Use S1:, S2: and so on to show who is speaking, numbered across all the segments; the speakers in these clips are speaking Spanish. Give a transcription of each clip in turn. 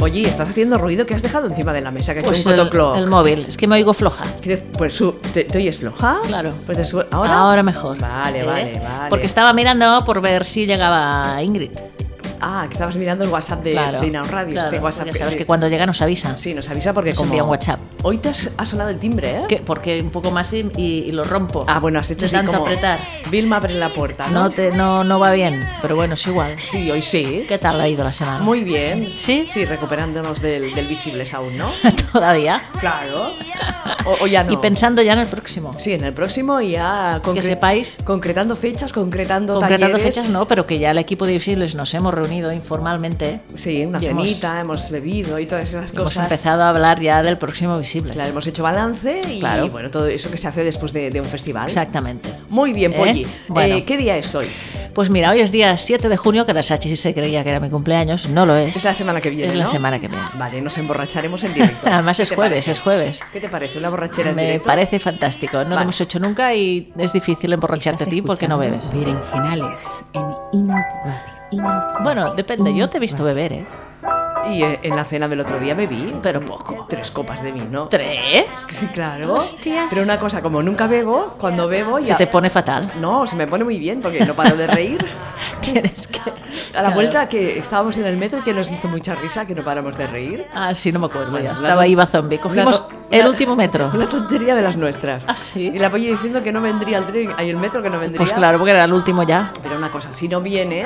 S1: Oye, estás haciendo ruido que has dejado encima de la mesa, que ha hecho
S2: Pues
S1: un
S2: el,
S1: cotoclo.
S2: el móvil, es que me oigo floja.
S1: ¿Quieres- Pues su- ¿te, te oyes floja?
S2: Claro.
S1: Pues te su- ¿Ahora?
S2: mejor.
S1: Vale,
S2: ¿eh?
S1: vale, vale.
S2: Porque estaba mirando por ver si llegaba Ingrid.
S1: Ah, que estabas mirando el WhatsApp de
S2: claro.
S1: de Inaun Radio,
S2: claro,
S1: este WhatsApp.
S2: ya sabes que cuando llega nos avisa.
S1: Sí, nos avisa porque
S2: Nos
S1: como...
S2: envía un WhatsApp.
S1: Hoy te has- ha sonado el timbre, ¿eh?
S2: Que- porque un poco más y, y- y lo rompo.
S1: Ah, bueno, has hecho
S2: De
S1: así
S2: tanto
S1: como...
S2: apretar.
S1: Vilma abre la puerta, ¿no?
S2: No, te, no, no va bien, pero bueno, es igual.
S1: Sí, hoy sí.
S2: ¿Qué tal ha ido la semana?
S1: Muy bien.
S2: ¿Sí?
S1: Sí, recuperándonos del, del Visibles aún, ¿no?
S2: Todavía.
S1: Claro. O, o ya no.
S2: Y pensando ya en el próximo.
S1: Sí, en el próximo y ya... concre-
S2: Que sepáis.
S1: Concretando fechas, concretando,
S2: Concretando
S1: talleres.
S2: fechas no, pero que ya el equipo de Visibles nos hemos reunido informalmente.
S1: Sí, una
S2: Y hemos-
S1: cenita, hemos... bebido y todas esas
S2: Hemos
S1: cosas.
S2: empezado a hablar ya del próximo Visibles.
S1: Claro, hemos hecho balance y
S2: Claro.
S1: bueno, todo eso que se hace después de, de un festival.
S2: Exactamente.
S1: Muy bien,
S2: ¿Eh?
S1: Polly.
S2: Bueno.
S1: Eh, ¿Qué día es hoy?
S2: Pues mira, hoy es día 7 de junio, que la Sachi sí se creía que era mi cumpleaños, no lo es.
S1: Es la semana que viene.
S2: Es la
S1: ¿no?
S2: semana que viene.
S1: Vale, nos emborracharemos en directo.
S2: Además es
S1: ¿Te
S2: jueves,
S1: parece?
S2: es jueves.
S1: ¿Qué te parece? ¿Una borrachera en
S2: Me
S1: directo?
S2: parece fantástico. No lo
S1: Vale.
S2: hemos hecho nunca y es difícil emborracharte a ti porque no bebes.
S3: Berenjenales en In Out Radio. In Out Radio.
S2: Bueno, depende.
S3: In
S2: Yo
S3: Out
S2: te he visto
S3: Radio.
S2: beber, ¿eh?
S1: Y eh, en la cena del otro día bebí.
S2: Pero poco.
S1: Tres copas de vino.
S2: ¿Tres?
S1: Sí, claro.
S2: Hostias.
S1: Pero una cosa, como nunca bebo, cuando bebo ya...
S2: Se te pone fatal.
S1: No, se me pone muy bien porque no paro de reír.
S2: Tienes que...
S1: A la
S2: Claro.
S1: vuelta que estábamos en el metro que nos hizo mucha risa, que no paramos de reír.
S2: Ah, sí, no me acuerdo.
S1: Bueno,
S2: ya.
S1: la
S2: Estaba
S1: to-
S2: ahí iba zombie. Cogimos
S1: Una to-
S2: el
S1: una-
S2: último metro.
S1: Una tontería de las nuestras.
S2: Ah, ¿sí?
S1: Y la apoyo diciendo que no vendría el tren, hay el metro que no vendría.
S2: Pues claro, porque era el último ya.
S1: Pero una cosa, si no viene,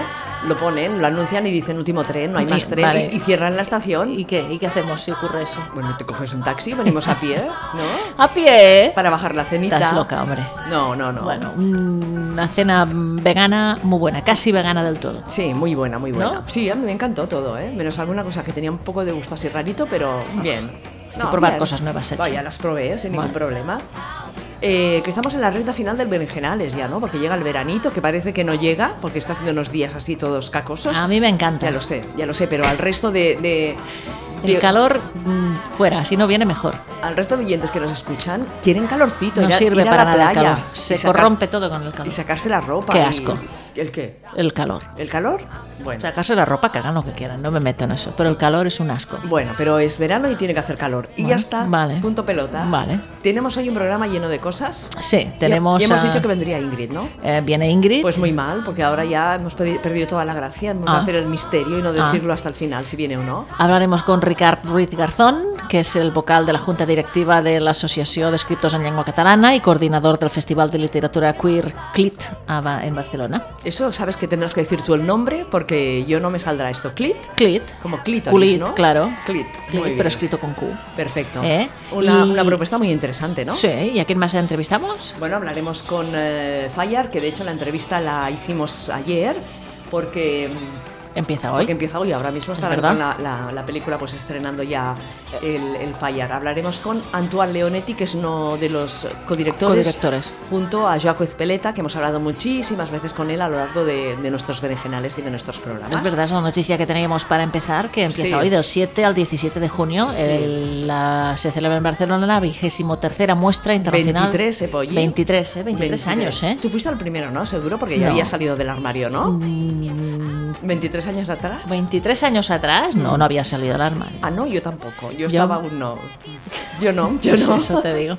S1: lo ponen, lo anuncian y dicen último tren, no hay
S2: Bien,
S1: más tren
S2: vale.
S1: y, y cierran la estación.
S2: ¿Y qué? ¿Y qué hacemos si ocurre eso?
S1: Bueno, te coges un taxi, venimos a pie, ¿no?
S2: A pie.
S1: Para bajar la cenita.
S2: Estás loca, hombre.
S1: No, no, no.
S2: Bueno, una cena vegana muy buena, casi vegana del todo.
S1: Sí, muy buena, muy buena.
S2: ¿No?
S1: Sí, a mí me encantó todo, ¿eh? Menos alguna cosa que tenía un poco de gusto así rarito, pero bien.
S2: que probar cosas nuevas, Sacha.
S1: Vaya, las probé sin ningún
S2: Bueno.
S1: problema. Eh, que estamos en la recta final del Berenjenales ya, ¿no? Porque llega el veranito, que parece que no llega, porque está haciendo unos días así todos cacosos.
S2: A mí me encanta.
S1: Pues Ya lo sé, ya lo sé, pero al resto de... de-
S2: El
S1: de-
S2: calor mm, fuera, si no viene mejor.
S1: Al resto de oyentes que nos escuchan, quieren calorcito.
S2: No
S1: ir a-
S2: sirve
S1: ir a
S2: para
S1: la
S2: nada el
S1: playa
S2: calor. Se
S1: y sacar-
S2: corrompe todo con el calor.
S1: Y sacarse la ropa.
S2: Qué
S1: y-
S2: asco.
S1: ¿El qué?
S2: El calor.
S1: ¿El calor? Bueno.
S2: Sacarse la ropa, que hagan lo que quieran, no me meto en eso. Pero el calor es un asco.
S1: Bueno, pero es verano y tiene que hacer calor. Y ya
S2: Bueno,
S1: está.
S2: vale.
S1: Punto pelota.
S2: Vale.
S1: Tenemos hoy un programa lleno de cosas.
S2: Sí,
S1: Y-
S2: tenemos.
S1: Y, hemos
S2: a-
S1: dicho que vendría Ingrid, ¿no?
S2: eh, viene Ingrid.
S1: Pues muy mal, porque ahora ya hemos pedi- perdido toda la gracia. Hemos de
S2: Ah.
S1: hacer el misterio y no
S2: Ah.
S1: decirlo hasta el final, si viene o no.
S2: Hablaremos con Ricard Ruiz Garzón, que es el vocal de la Junta Directiva de l'Associació d'Escriptors en Llengua Catalana i coordinador del Festival de Literatura Queer CLIT a Ba- en Barcelona.
S1: Eso sabes que tendrás que decir tú el nombre, porque yo no me saldrá esto. Clit.
S2: CLIT.
S1: Como clítoris,
S2: Culit,
S1: ¿no?
S2: claro.
S1: Clit.
S2: Clit,
S1: Muy bien.
S2: pero escrito con Q.
S1: Perfecto.
S2: ¿Eh?
S1: Una,
S2: Y-
S1: una propuesta muy interesante, ¿no?
S2: Sí, ¿y a quién más entrevistamos?
S1: Bueno, hablaremos con eh, Fallar, que de hecho la entrevista la hicimos ayer, porque... mm,
S2: Empieza
S1: Porque
S2: hoy.
S1: empieza hoy, ahora mismo está
S2: Es
S1: la,
S2: verdad.
S1: la- la película pues estrenando ya el, el Fallar. Hablaremos con Antoine Leonetti, que es uno de los codirectores,
S2: Codirectores.
S1: junto a Joaco Espeleta, que hemos hablado muchísimas veces con él a lo largo de, de nuestros berenjenales y de nuestros programas.
S2: Es verdad, es la noticia que teníamos para empezar, que empieza
S1: Sí.
S2: hoy del 7 al 17 de junio. El- la- se celebra en Barcelona la vigésimo tercera muestra internacional.
S1: 23, ¿eh, Polly?
S2: 23, ¿eh? 23 años,
S1: 23.
S2: ¿eh?
S1: Tú fuiste al primero, ¿no? Seguro, porque ya
S2: No.
S1: había salido del armario, ¿no?
S2: Mm,
S1: 23 años atrás.
S2: 23 años atrás, no, no había salido el armario.
S1: Ah, no, yo tampoco. Yo,
S2: Yo-
S1: estaba aún no. Yo no, yo
S2: Pues
S1: no.
S2: Eso te digo.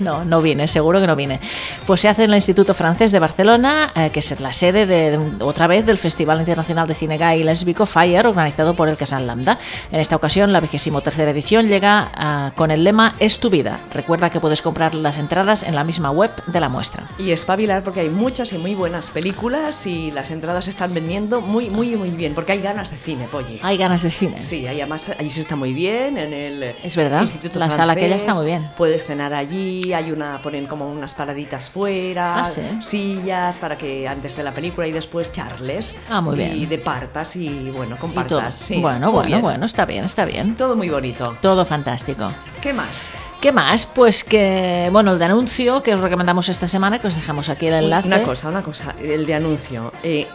S2: No, no viene, seguro que no viene. Pues se hace en el Instituto Francés de Barcelona, eh, que es la sede de, de- otra vez del Festival Internacional de Cine Gay y Lésbico Fire, organizado por el Casal Lambda. En esta ocasión, la vigésimo tercera edición llega ah, con el lema Es tu vida. Recuerda que puedes comprar las entradas en la misma web de la muestra.
S1: Y espabilar porque hay muchas y muy buenas películas y las entradas se están vendiendo muy, muy, muy bien. Porque hay ganas de cine, Polly.
S2: Hay ganas de cine.
S1: Sí, ahí además allí se está muy bien, en el
S2: Es verdad,
S1: Instituto
S2: la sala
S1: Francés,
S2: aquella está muy bien.
S1: Puedes cenar allí, hay una, ponen como unas paraditas fuera,
S2: Ah, ¿sí?
S1: sillas para que antes de la película y después charles.
S2: Ah, muy
S1: Y
S2: bien.
S1: departas y bueno,
S2: Y todo.
S1: compartas. sí,
S2: bueno,
S1: muy
S2: bueno,
S1: bien.
S2: bueno, está bien, está bien.
S1: Todo muy bonito.
S2: Todo fantástico.
S1: ¿Qué más?
S2: ¿Qué más? Pues que, bueno, el de anuncio que os recomendamos esta semana, que os dejamos aquí el enlace.
S1: Una cosa, una cosa, el de anuncio. Eh,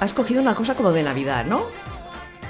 S1: has cogido una cosa como de Navidad, ¿no?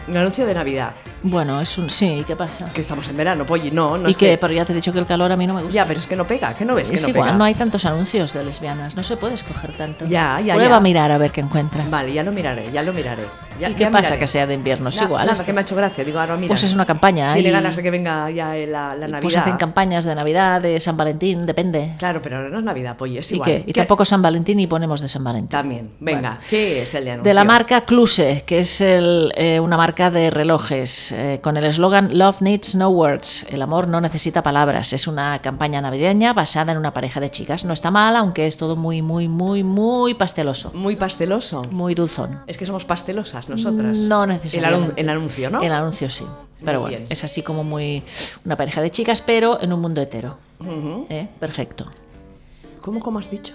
S1: Un anuncio de Navidad.
S2: Bueno, es un sí, ¿y ¿qué pasa?
S1: Que estamos en verano, Polly, no, no
S2: y
S1: es
S2: que, pero ya te he dicho que el calor a mí no me gusta.
S1: Ya, pero es que no pega, que no ves que
S2: es
S1: no
S2: igual,
S1: pega.
S2: no hay tantos anuncios de lesbianas, no se puede escoger tanto.
S1: Ya, ya,
S2: Prueba
S1: ya.
S2: a mirar a ver qué encuentras.
S1: Vale, ya lo miraré, ya lo miraré. Ya-
S2: ¿Y qué
S1: ya
S2: pasa
S1: miraré.
S2: que sea de invierno? Es
S1: Na-
S2: igual.
S1: Nada,
S2: es-
S1: que me ha hecho gracia. Digo, ahora mira.
S2: Pues es una campaña,
S1: Tiene
S2: y-
S1: ganas de que venga ya eh, la, la Navidad.
S2: Pues hacen campañas de Navidad, de San Valentín, depende.
S1: Claro, pero ahora no es Navidad, pollo, es
S2: ¿Y
S1: igual.
S2: qué? Y tampoco San Valentín y ponemos de San Valentín.
S1: También. Venga, ¿qué es el de anuncio?
S2: De la marca Cluse, que es el, eh, una marca de relojes, eh, con el eslogan Love Needs No Words, el amor no necesita palabras. Es una campaña navideña basada en una pareja de chicas. No está mal, aunque es todo muy, muy, muy, muy pasteloso,
S1: Muy pasteloso.
S2: muy dulzón.
S1: Es que somos pastelosas nosotras.
S2: No
S1: El, anun-
S2: necesariamente.
S1: el anuncio, ¿no?
S2: El anuncio sí. Pero
S1: Muy
S2: bueno,
S1: bien.
S2: es así como muy una pareja de chicas, pero en un mundo hetero. ¿Eh? Perfecto.
S1: ¿Cómo, cómo has dicho?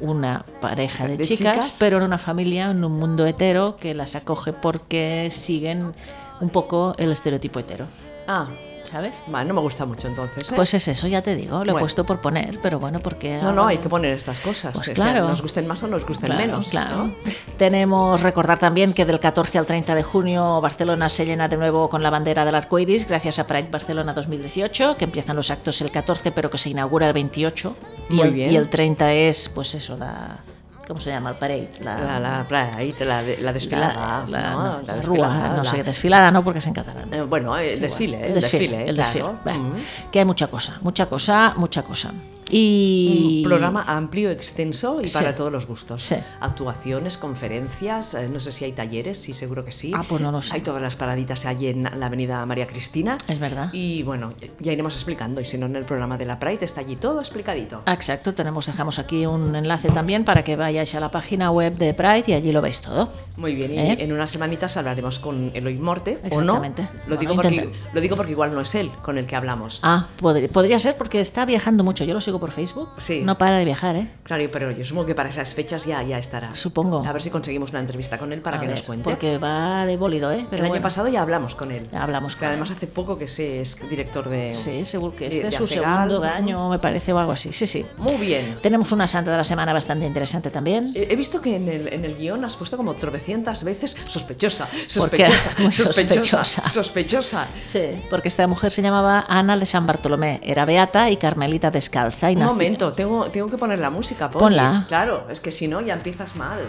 S2: Una pareja de,
S1: ¿De
S2: chicas,
S1: chicas?
S2: pero en una familia, en un mundo hetero que las acoge porque siguen un poco el estereotipo hetero.
S1: Ah,
S2: ¿Sabes?
S1: vale, no me gusta mucho entonces. ¿eh?
S2: Pues es eso, ya te digo. Lo
S1: Bueno.
S2: he puesto por poner, pero bueno, porque.
S1: no, no,
S2: ahora-
S1: hay que poner estas cosas.
S2: Pues
S1: o sea,
S2: claro.
S1: nos gusten más o nos gusten
S2: Claro,
S1: menos.
S2: claro.
S1: ¿no?
S2: Tenemos recordar también que del 14 al 30 de junio Barcelona se llena de nuevo con la bandera del arco iris gracias a Pride Barcelona 2018, que empiezan los actos el 14 pero que se inaugura el 28. Y,
S1: Muy
S2: el,
S1: bien.
S2: y el 30 es, pues eso, la. ¿Cómo se llama? El parade. La,
S1: La, la, la, ahí te la, de- la desfilada.
S2: la- la-
S1: ¿no?
S2: no,
S1: La
S2: la
S1: desfilada,
S2: rúa, no
S1: la-
S2: sé qué desfilada, no, porque es en catalán.
S1: Eh, bueno, el desfile,
S2: Igual,
S1: el desfile, eh,
S2: el desfile.
S1: claro.
S2: Vale.
S1: Mm.
S2: Que hay mucha cosa, mucha cosa, mucha cosa. Y
S1: Un programa amplio, extenso y
S2: Sí.
S1: para todos los gustos.
S2: Sí.
S1: Actuaciones, conferencias, eh, no sé si hay talleres, sí, seguro que sí.
S2: Ah, pues no lo sé. Eh.
S1: Hay todas las paraditas allí en la avenida María Cristina.
S2: Es verdad.
S1: Y bueno, ya iremos explicando. Y si no, en el programa de la Pride está allí todo explicadito.
S2: Ah, Exacto, tenemos, dejamos aquí un enlace también para que vayáis a la página web de Pride y allí lo veis todo.
S1: Muy bien, y
S2: ¿Eh?
S1: en unas semanitas hablaremos con Eloy Morte, ¿o no?
S2: Exactamente.
S1: Lo
S2: Bueno,
S1: digo, porque,
S2: intenta-
S1: lo digo porque igual no es él con el que hablamos.
S2: Ah, podri- podría ser porque está viajando mucho. Yo lo sigo por Facebook.
S1: Sí.
S2: No para de viajar, ¿eh?
S1: Claro, pero yo supongo que para esas fechas ya, ya estará.
S2: Supongo.
S1: A ver si conseguimos una entrevista con él para
S2: A
S1: que
S2: ver,
S1: nos cuente.
S2: Porque va de bólido, ¿eh? Pero
S1: el año
S2: bueno.
S1: pasado ya hablamos con él.
S2: Ya hablamos
S1: Que
S2: con
S1: además hace poco que se es director de.
S2: Sí, seguro que
S1: de-
S2: este
S1: de
S2: es su
S1: Acegal,
S2: segundo
S1: ¿no?
S2: año, me parece, o algo así. Sí, sí.
S1: Muy bien.
S2: Tenemos una santa de la semana bastante interesante también.
S1: He he visto que en el, en el guión has puesto como tropecientas veces sospechosa,
S2: Porque
S1: sospechosa,
S2: era muy
S1: sospechosa,
S2: sospechosa.
S1: sospechosa.
S2: Sí, porque esta mujer se llamaba Ana de San Bartolomé, era beata y carmelita descalza. Y
S1: Un
S2: nació-
S1: momento, tengo, tengo que poner la música, Poli.
S2: Ponla.
S1: Claro, es que si no ya empiezas mal.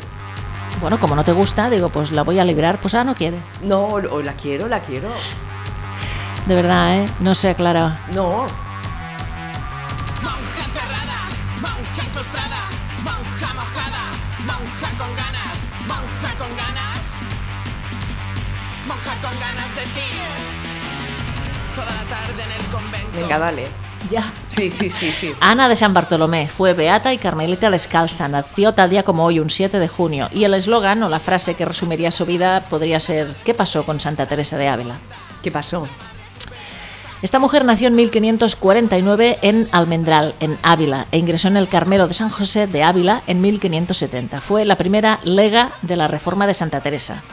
S2: Bueno, como no te gusta, digo, pues la voy a librar, pues ah, no quiere.
S1: No, o la quiero, la quiero.
S2: De verdad, ¿eh? No sé, Clara.
S1: No,
S4: Monja cerrada, monja postrada, monja mojada, monja con ganas, monja con ganas, monja con ganas de ti. Toda la tarde en el convento.
S1: venga, dale.
S2: Ya.
S1: Sí, sí, sí, sí.
S2: Ana de San Bartolomé fue beata y carmelita descalza. Nació tal día como hoy, un 7 de junio. Y el eslogan o la frase que resumiría su vida podría ser: ¿Qué pasó con Santa Teresa de Ávila?
S1: ¿Qué pasó?
S2: Esta mujer nació en 1549 en Almendral, en Ávila, e ingresó en el Carmelo de San José de Ávila en 1570. Fue la primera lega de la Reforma de Santa Teresa.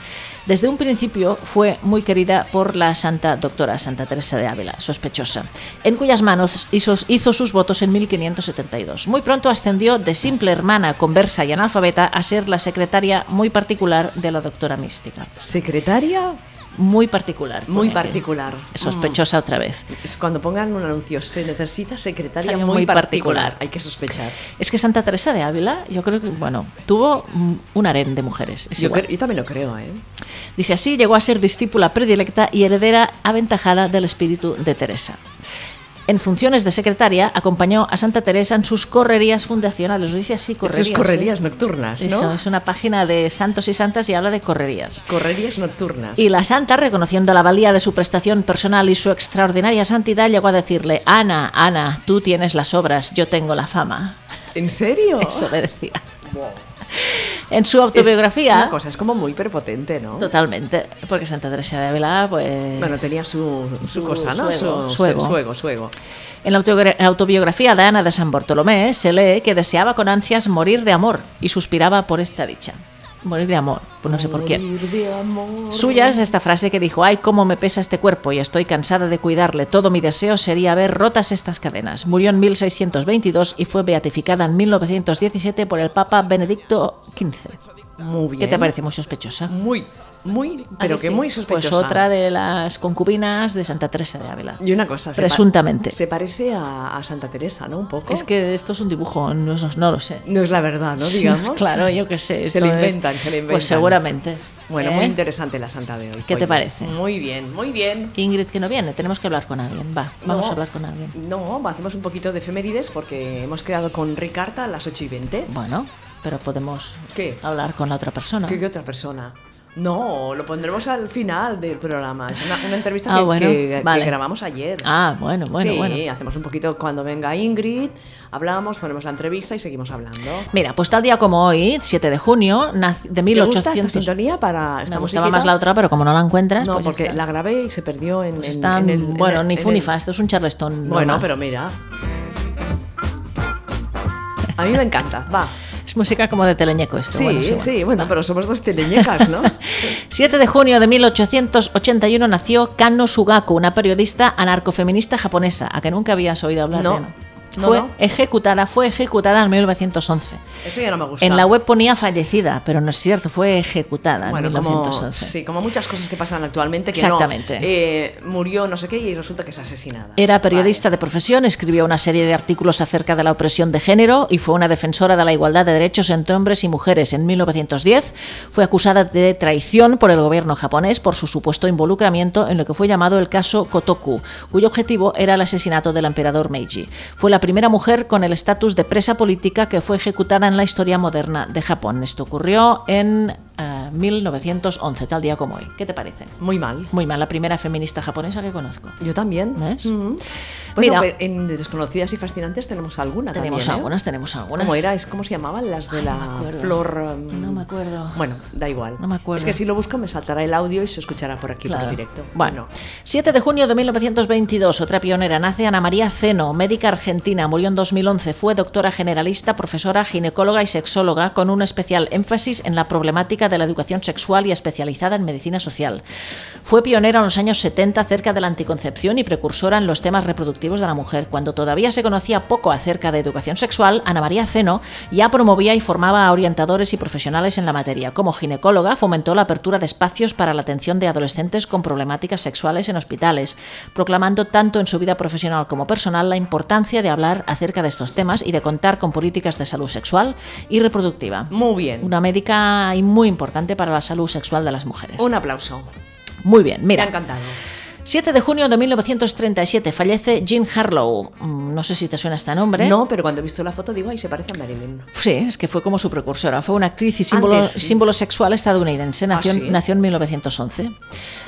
S2: Desde un principio fue muy querida por la Santa Doctora Santa Teresa de Ávila, sospechosa, en cuyas manos hizo, hizo sus votos en 1572. Muy pronto ascendió de simple hermana conversa y analfabeta a ser la secretaria muy particular de la Doctora Mística.
S1: ¿Secretaria?
S2: Muy particular. pone
S1: Muy
S2: aquí.
S1: particular.
S2: Sospechosa otra vez.
S1: Es cuando pongan un anuncio, se necesita secretaria
S2: Alguien
S1: muy,
S2: muy
S1: particular.
S2: particular.
S1: Hay que sospechar.
S2: Es que Santa Teresa de Ávila, yo creo que, bueno, tuvo mm, un harén de mujeres. es
S1: Yo,
S2: igual.
S1: creo- yo también lo creo, ¿eh?
S2: Dice así, llegó a ser discípula predilecta y heredera aventajada del espíritu de Teresa. En funciones de secretaria, acompañó a Santa Teresa en sus correrías fundacionales. Lo dice así, correrías.
S1: Sus
S2: ¿eh?
S1: correrías nocturnas, ¿no?
S2: Eso, es una página de santos y santas y habla de correrías.
S1: Correrías nocturnas.
S2: Y la santa, reconociendo la valía de su prestación personal y su extraordinaria santidad, llegó a decirle, Ana, Ana, tú tienes las obras, yo tengo la fama.
S1: ¿En serio?
S2: Eso le decía.
S1: Buah.
S2: En su
S1: Es
S2: autobiografía...
S1: Una cosa, es como muy prepotente, ¿no?
S2: Totalmente, porque Santa Teresa de Ávila, pues...
S1: Bueno, tenía su, su,
S2: Su
S1: cosa, ¿no?
S2: suego,
S1: su
S2: suego.
S1: su- suego, suego.
S2: En la autogra- autobiografía de Ana de San Bartolomé se lee que deseaba con ansias morir de amor y suspiraba por esta dicha. Morir de amor, pues no sé por qué.
S1: Morir de amor.
S2: Suya es esta frase que dijo, ay, cómo me pesa este cuerpo y estoy cansada de cuidarle. Todo mi deseo sería ver rotas estas cadenas. Murió en 1622 y fue beatificada en 1917 por el Papa Benedicto XV.
S1: Muy bien.
S2: ¿Qué te parece? Muy sospechosa.
S1: Muy, muy,
S2: ¿A
S1: pero
S2: que
S1: que
S2: sí?
S1: muy sospechosa.
S2: Pues otra de las concubinas de Santa Teresa de Ávila.
S1: Y una cosa, se pa-
S2: Presuntamente.
S1: Se parece a, a Santa Teresa, ¿no? Un poco.
S2: Es que esto es un dibujo, no, es- no lo sé.
S1: No es la verdad, ¿no? Digamos.
S2: Claro, yo qué sé.
S1: Se lo
S2: esto es-
S1: inventan, se lo inventan.
S2: Pues seguramente.
S1: Bueno,
S2: ¿eh?
S1: muy interesante la santa de hoy.
S2: ¿Qué te parece?
S1: Muy bien, muy bien.
S2: Ingrid, que no viene, tenemos que hablar con alguien. Va, vamos
S1: No.
S2: a hablar con alguien.
S1: No, hacemos un poquito de efemérides porque hemos quedado con Ricarta a las 8 y 20.
S2: Bueno, pero podemos
S1: ¿Qué?
S2: hablar con la otra persona.
S1: ¿Qué, qué otra persona? No, lo pondremos al final del programa. Es una, una entrevista
S2: Ah,
S1: que,
S2: bueno,
S1: que- que
S2: vale.
S1: grabamos ayer.
S2: Ah, bueno, bueno,
S1: sí,
S2: bueno.
S1: hacemos un poquito cuando venga Ingrid, hablamos, ponemos la entrevista y seguimos hablando.
S2: Mira, pues tal día como hoy, 7 de junio, nac-
S1: ¿Te
S2: de
S1: gusta esta
S2: 1800.
S1: sintonía para esta
S2: Me gustaba
S1: musiquita?
S2: más la otra, pero como no la encuentras,
S1: No,
S2: pues ya
S1: porque
S2: está.
S1: la grabé y se perdió en,
S2: Pues
S1: en-
S2: están,
S1: en el- en
S2: bueno,
S1: el-
S2: ni
S1: en
S2: fu
S1: el-
S2: ni fa, esto es un charleston.
S1: Bueno,
S2: normal.
S1: pero mira. A mí me encanta, va.
S2: Es música como de teleñeco esto.
S1: Sí,
S2: bueno, es igual.
S1: sí, bueno, pero somos dos teleñecas, ¿no?
S2: 7 de junio de 1881 nació Kano Sugaku, una periodista anarcofeminista japonesa, a que nunca habías oído hablar
S1: No,
S2: de Ana.
S1: no,
S2: Fue
S1: no.
S2: ejecutada, fue ejecutada en 1911.
S1: Eso ya no me gusta.
S2: En la web ponía fallecida, pero no es cierto, fue ejecutada
S1: Bueno,
S2: en
S1: como,
S2: 1911.
S1: sí, como muchas cosas que pasan actualmente que
S2: Exactamente.
S1: no, eh, murió no sé qué y resulta que es asesinada.
S2: Era periodista de profesión, escribió una serie de artículos acerca de la opresión de género y fue una defensora de la igualdad de derechos entre hombres y mujeres. En 1910 fue acusada de traición por el gobierno japonés por su supuesto involucramiento en lo que fue llamado el caso Kotoku, cuyo objetivo era el asesinato del emperador Meiji. Fue la primera mujer con el estatus de presa política que fue ejecutada en la historia moderna de Japón. Esto ocurrió en eh, 1911, tal día como hoy. ¿Qué te parece?
S1: Muy mal.
S2: Muy mal, la primera feminista japonesa que conozco.
S1: Yo también.
S2: ¿Ves?
S1: Ujú. Bueno,
S2: Mira.
S1: pero en Desconocidas y Fascinantes tenemos alguna
S2: Tenemos
S1: también, ¿eh?
S2: algunas, tenemos algunas.
S1: ¿Cómo era? Es- ¿Cómo se llamaban las de
S2: Ay, no me
S1: la
S2: acuerdo.
S1: flor? um,
S2: No me acuerdo.
S1: Bueno, da igual.
S2: No me acuerdo.
S1: Es que si lo busco me saltará el audio y se escuchará por aquí
S2: Claro.
S1: por directo.
S2: Bueno, 7 de junio de 1922, otra pionera nace Ana María Zeno, médica argentina, murió en 2011, fue doctora generalista, profesora, ginecóloga y sexóloga, con un especial énfasis en la problemática de la educación sexual y especializada en medicina social. Fue pionera en los años 70 acerca de la anticoncepción y precursora en los temas reproductivos de la mujer. Cuando todavía se conocía poco acerca de educación sexual, Ana María Zeno ya promovía y formaba a orientadores y profesionales en la materia. Como ginecóloga, fomentó la apertura de espacios para la atención de adolescentes con problemáticas sexuales en hospitales, proclamando tanto en su vida profesional como personal la importancia de hablar acerca de estos temas y de contar con políticas de salud sexual y reproductiva.
S1: Muy bien.
S2: Una médica y muy importante para la salud sexual de las mujeres.
S1: Un aplauso.
S2: Muy bien,
S1: Me ha
S2: mira.
S1: encantado.
S2: 7 de junio de 1937 fallece Jim Harlow. Mm, No sé si te suena este nombre.
S1: No, pero cuando he visto la foto digo, ay, se parece a Marilyn.
S2: Sí, es que fue como su precursora. Fue una actriz y símbolo,
S1: Antes, sí.
S2: símbolo sexual estadounidense. Nació,
S1: ¿Ah, sí?
S2: nació en 1911.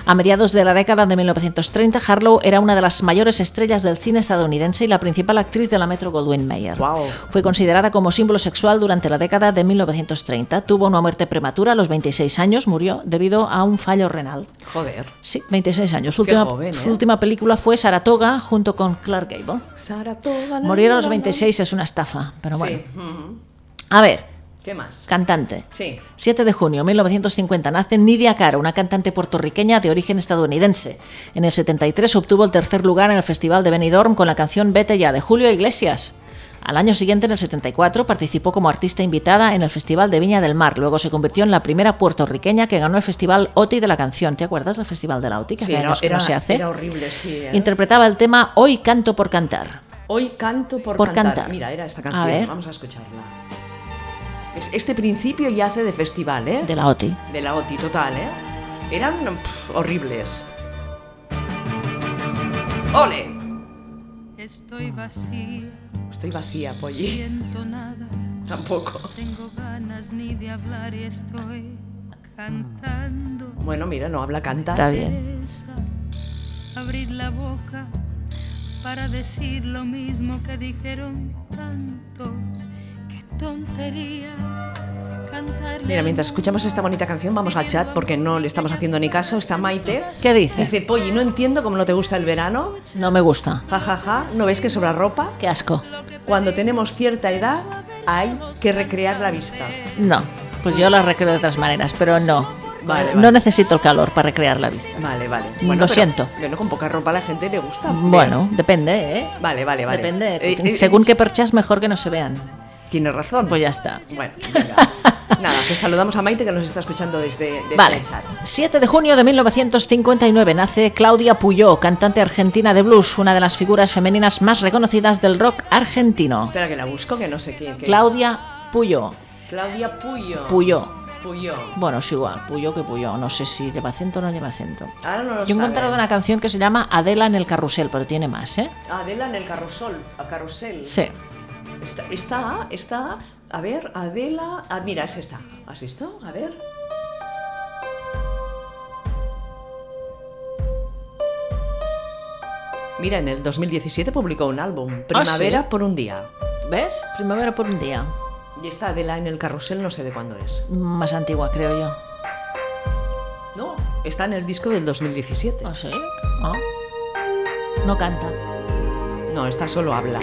S2: A mediados de la década de 1930, Harlow era una de las mayores estrellas del cine estadounidense y la principal actriz de la Metro-Goldwyn-Mayer.
S1: Guau.
S2: Fue considerada como símbolo sexual durante la década de 1930. Tuvo una muerte prematura a los 26 años. Murió debido a un fallo renal.
S1: Joder.
S2: Sí, 26 años. Su, última,
S1: joven, ¿eh?
S2: su última película fue Saratoga junto con Clark Gable.
S1: Saratoga. la,
S2: Morir a
S1: la,
S2: los
S1: la, la.
S2: 26 es una estafa, pero bueno.
S1: Sí. ujú.
S2: A ver,
S1: ¿Qué más?
S2: cantante.
S1: Sí.
S2: 7 de junio de 1950 nace Nidia Caro, una cantante puertorriqueña de origen estadounidense. En el 73 obtuvo el tercer lugar en el Festival de Benidorm con la canción Vete ya de Julio Iglesias. Al año siguiente, en el 74, participó como artista invitada en el Festival de Viña del Mar. Luego se convirtió en la primera puertorriqueña que ganó el Festival OTI de la canción. ¿Te acuerdas del Festival de la OTI? Que
S1: Sí,
S2: hace
S1: era,
S2: años que no
S1: era-
S2: se hace.
S1: era horrible, sí. ¿eh?
S2: Interpretaba el tema Hoy canto por cantar.
S1: Hoy canto por,
S2: Por
S1: cantar.
S2: cantar.
S1: Mira, era esta
S2: A
S1: canción.
S2: ver.
S1: Vamos a escucharla. Es- Este principio ya hace de festival, ¿eh?
S2: De la OTI.
S1: De la OTI, total, ¿eh? Eran pff, horribles. ¡Ole!
S5: Estoy vacía,
S1: Estoy vacía, Polly.
S5: siento nada,
S1: Tampoco.
S5: tengo ganas ni de hablar y estoy cantando.
S1: Bueno, mira, no habla,
S2: Está
S1: canta.
S2: bien.
S5: Esa, abrir la boca para decir lo mismo que dijeron tantos. Qué tontería cantar.
S1: Mira, mientras escuchamos esta bonita canción, vamos al chat porque no le estamos haciendo ni caso. Está Maite.
S2: ¿Qué dice?
S1: Dice, Polly, no entiendo cómo no te gusta el verano.
S2: No me gusta.
S1: Ja, ja, ja. ¿No ves que sobra ropa?
S2: Qué asco.
S1: Cuando tenemos cierta edad, hay que recrear la vista.
S2: No, pues yo la recreo de otras maneras, pero no.
S1: Vale,
S2: no
S1: vale.
S2: necesito el calor para recrear la vista.
S1: Vale, vale.
S2: Mm, Lo
S1: pero-
S2: siento.
S1: Bueno, con poca ropa a la gente le gusta.
S2: Bueno, depende, ¿eh?
S1: Vale, vale, vale.
S2: Depende.
S1: Eh, eh,
S2: Según
S1: eh,
S2: qué perchas, mejor que no se vean.
S1: Tiene razón.
S2: Pues ya está.
S1: Bueno, venga. nada, que saludamos a Maite que nos está escuchando desde, desde
S2: Vale.
S1: el chat.
S2: 7 de junio de 1959 nace Claudia Puyó, cantante argentina de blues, una de las figuras femeninas más reconocidas del rock argentino.
S1: Espera que la busco, que no sé quién. que-
S2: Claudia Puyó.
S1: Claudia Puyo.
S2: Puyó.
S1: Puyó.
S2: Bueno, es igual, Puyo que Puyo. No sé si lleva acento o no lleva acento.
S1: Ahora Ah, no lo
S2: Yo he encontrado
S1: saben.
S2: una canción que se llama Adela en el carrusel, pero tiene más, ¿eh?
S1: Adela en el carrusel. A carrusel.
S2: Sí.
S1: Está, está, está. A ver, Adela. ah, mira, es esta. ¿Has visto? A ver. Mira, en el 2017 publicó un álbum, Primavera
S2: Ah, ¿sí?
S1: por un día.
S2: ¿Ves? Primavera por un día.
S1: Y esta Adela en el carrusel no sé de cuándo es.
S2: Más antigua, creo yo.
S1: No, está en el disco del 2017.
S2: ¿Ah, sí? Ah. No canta.
S1: No, esta solo habla.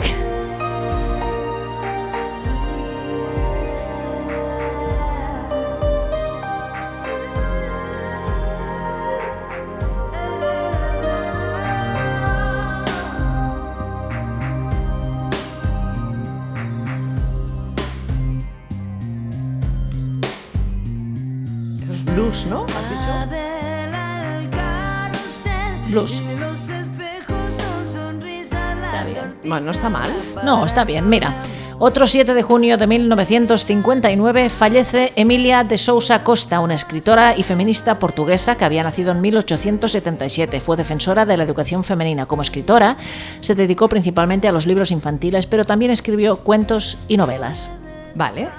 S1: Eso es Blues, ¿no? ¿Has dicho?
S6: Adela en el carrusel.
S2: Blues.
S6: Y los espejos son sonrisas, las
S1: Bueno, no está mal.
S2: No, está bien, mira. Otro 7 de junio de 1959 fallece Emilia de Sousa Costa, una escritora y feminista portuguesa que había nacido en 1877. Fue defensora de la educación femenina. Como escritora, se dedicó principalmente a los libros infantiles, pero también escribió cuentos y novelas.
S1: Vale.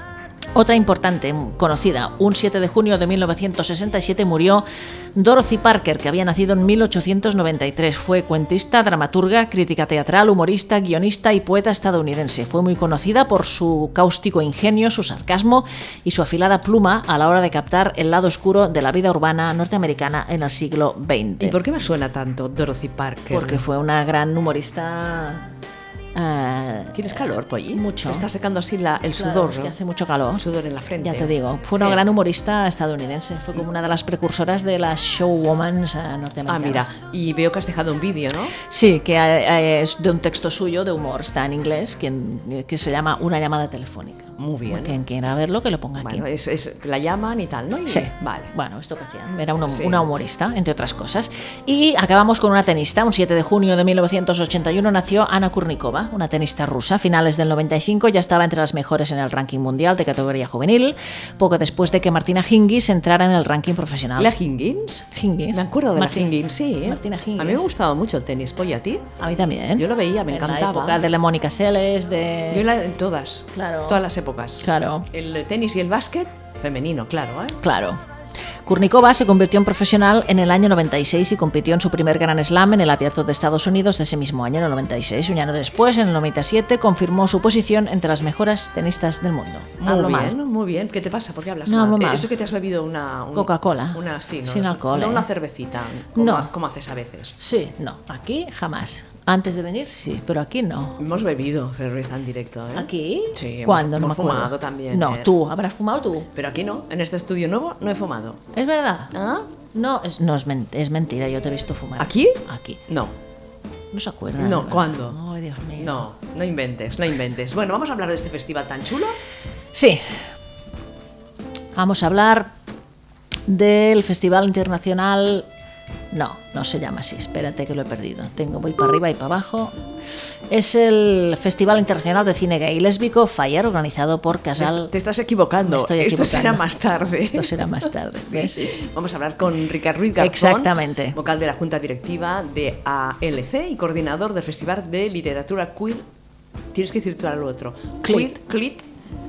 S2: Otra importante, conocida, un 7 de junio de 1967 murió Dorothy Parker, que había nacido en 1893. Fue cuentista, dramaturga, crítica teatral, humorista, guionista y poeta estadounidense. Fue muy conocida por su cáustico ingenio, su sarcasmo y su afilada pluma a la hora de captar el lado oscuro de la vida urbana norteamericana en el siglo XX.
S1: ¿Y por qué me suena tanto Dorothy Parker?
S2: Porque fue una gran humorista... eh,
S1: ¿Tienes calor, Polly?
S2: Mucho.
S1: Te está secando así la- el
S2: Claro,
S1: sudor.
S2: es que
S1: ¿no?
S2: hace mucho calor.
S1: El sudor en la frente.
S2: Ya te digo, fue una
S1: Sí.
S2: gran humorista estadounidense, fue como una de las precursoras de las showwoman norteamericanas.
S1: Ah, mira, y veo que has dejado un vídeo, ¿no?
S2: Sí, que eh, es de un texto suyo de humor, está en inglés, quien- eh, que se llama Una llamada telefónica.
S1: Muy bien.
S2: Quien quiera verlo, que lo ponga aquí.
S1: Bueno, es, es- la llaman y tal, ¿no? Y-
S2: Sí,
S1: Vale.
S2: Bueno, esto que hacían. Era una,
S1: Sí.
S2: una humorista, entre otras cosas. Y acabamos con una tenista. Un 7 de junio de 1981 nació Ana Kurnikova, una tenista rusa. A finales del 95 ya estaba entre las mejores en el ranking mundial de categoría juvenil, poco después de que Martina Hingis entrara en el ranking profesional.
S1: ¿La Hingins?
S2: Hingis.
S1: Me acuerdo de
S2: Martina-
S1: la Hingins, sí. ¿eh?
S2: Martina Hingis.
S1: A mí me gustaba mucho el tenis, Polly, ¿a ti?
S2: A mí también.
S1: Yo lo veía, me
S2: En
S1: encantaba.
S2: la época de la Mónica Seles, de...
S1: Yo la- en todas.
S2: Claro.
S1: Todas las épocas.
S2: Claro.
S1: El tenis y el básquet, femenino, claro, ¿eh?
S2: Claro. Kurnikova se convirtió en profesional en el año 96 y compitió en su primer Grand Slam en el Abierto de Estados Unidos de ese mismo año, en el 96. Un año después, en el 97, confirmó su posición entre las mejores tenistas del mundo.
S1: Muy
S2: Hablo
S1: bien,
S2: mal.
S1: muy bien. ¿Qué te pasa? ¿Por qué hablas
S2: No,
S1: mal?
S2: hablo
S1: Eh,
S2: mal.
S1: Eso que te has bebido una... un-
S2: Coca-Cola.
S1: Una, sí, no,
S2: Sin alcohol,
S1: No
S2: eh.
S1: una cervecita, como,
S2: No.
S1: como haces a veces.
S2: Sí, no, aquí jamás. Antes de venir, sí, pero aquí no.
S1: Hemos bebido cerveza en directo, ¿eh?
S2: ¿Aquí?
S1: Sí, hemos-
S2: ¿Cuándo? no
S1: hemos
S2: me acuerdo.
S1: fumado también,
S2: No,
S1: eh.
S2: tú, habrás fumado tú.
S1: Pero aquí no, en este estudio nuevo no he fumado.
S2: ¿Es verdad?
S1: ¿Ah?
S2: No, es, no es, men- es mentira, yo te he visto fumar.
S1: ¿Aquí?
S2: Aquí.
S1: No,
S2: ¿No se acuerdan?
S1: no,
S2: ¿verdad?
S1: ¿cuándo?
S2: Ay, Dios mío.
S1: No, no inventes, no inventes. Bueno, vamos a hablar de este festival tan chulo.
S2: Sí. Vamos a hablar del Festival Internacional. No, no se llama así. Espérate que lo he perdido. Tengo voy para arriba y para abajo. Es el Festival Internacional de Cine Gay y Lésbico Fire, organizado por Casal.
S1: Te estás equivocando.
S2: Me estoy
S1: Esto
S2: equivocando.
S1: será más tarde.
S2: Esto será más tarde. ¿ves?
S1: Vamos a hablar con Ricardo Ruiz Garzón,
S2: Exactamente.
S1: vocal de la Junta Directiva de ALC y coordinador del Festival de Literatura Queer. Tienes que decir tú al otro.
S2: Clit.
S1: Queer, Clit.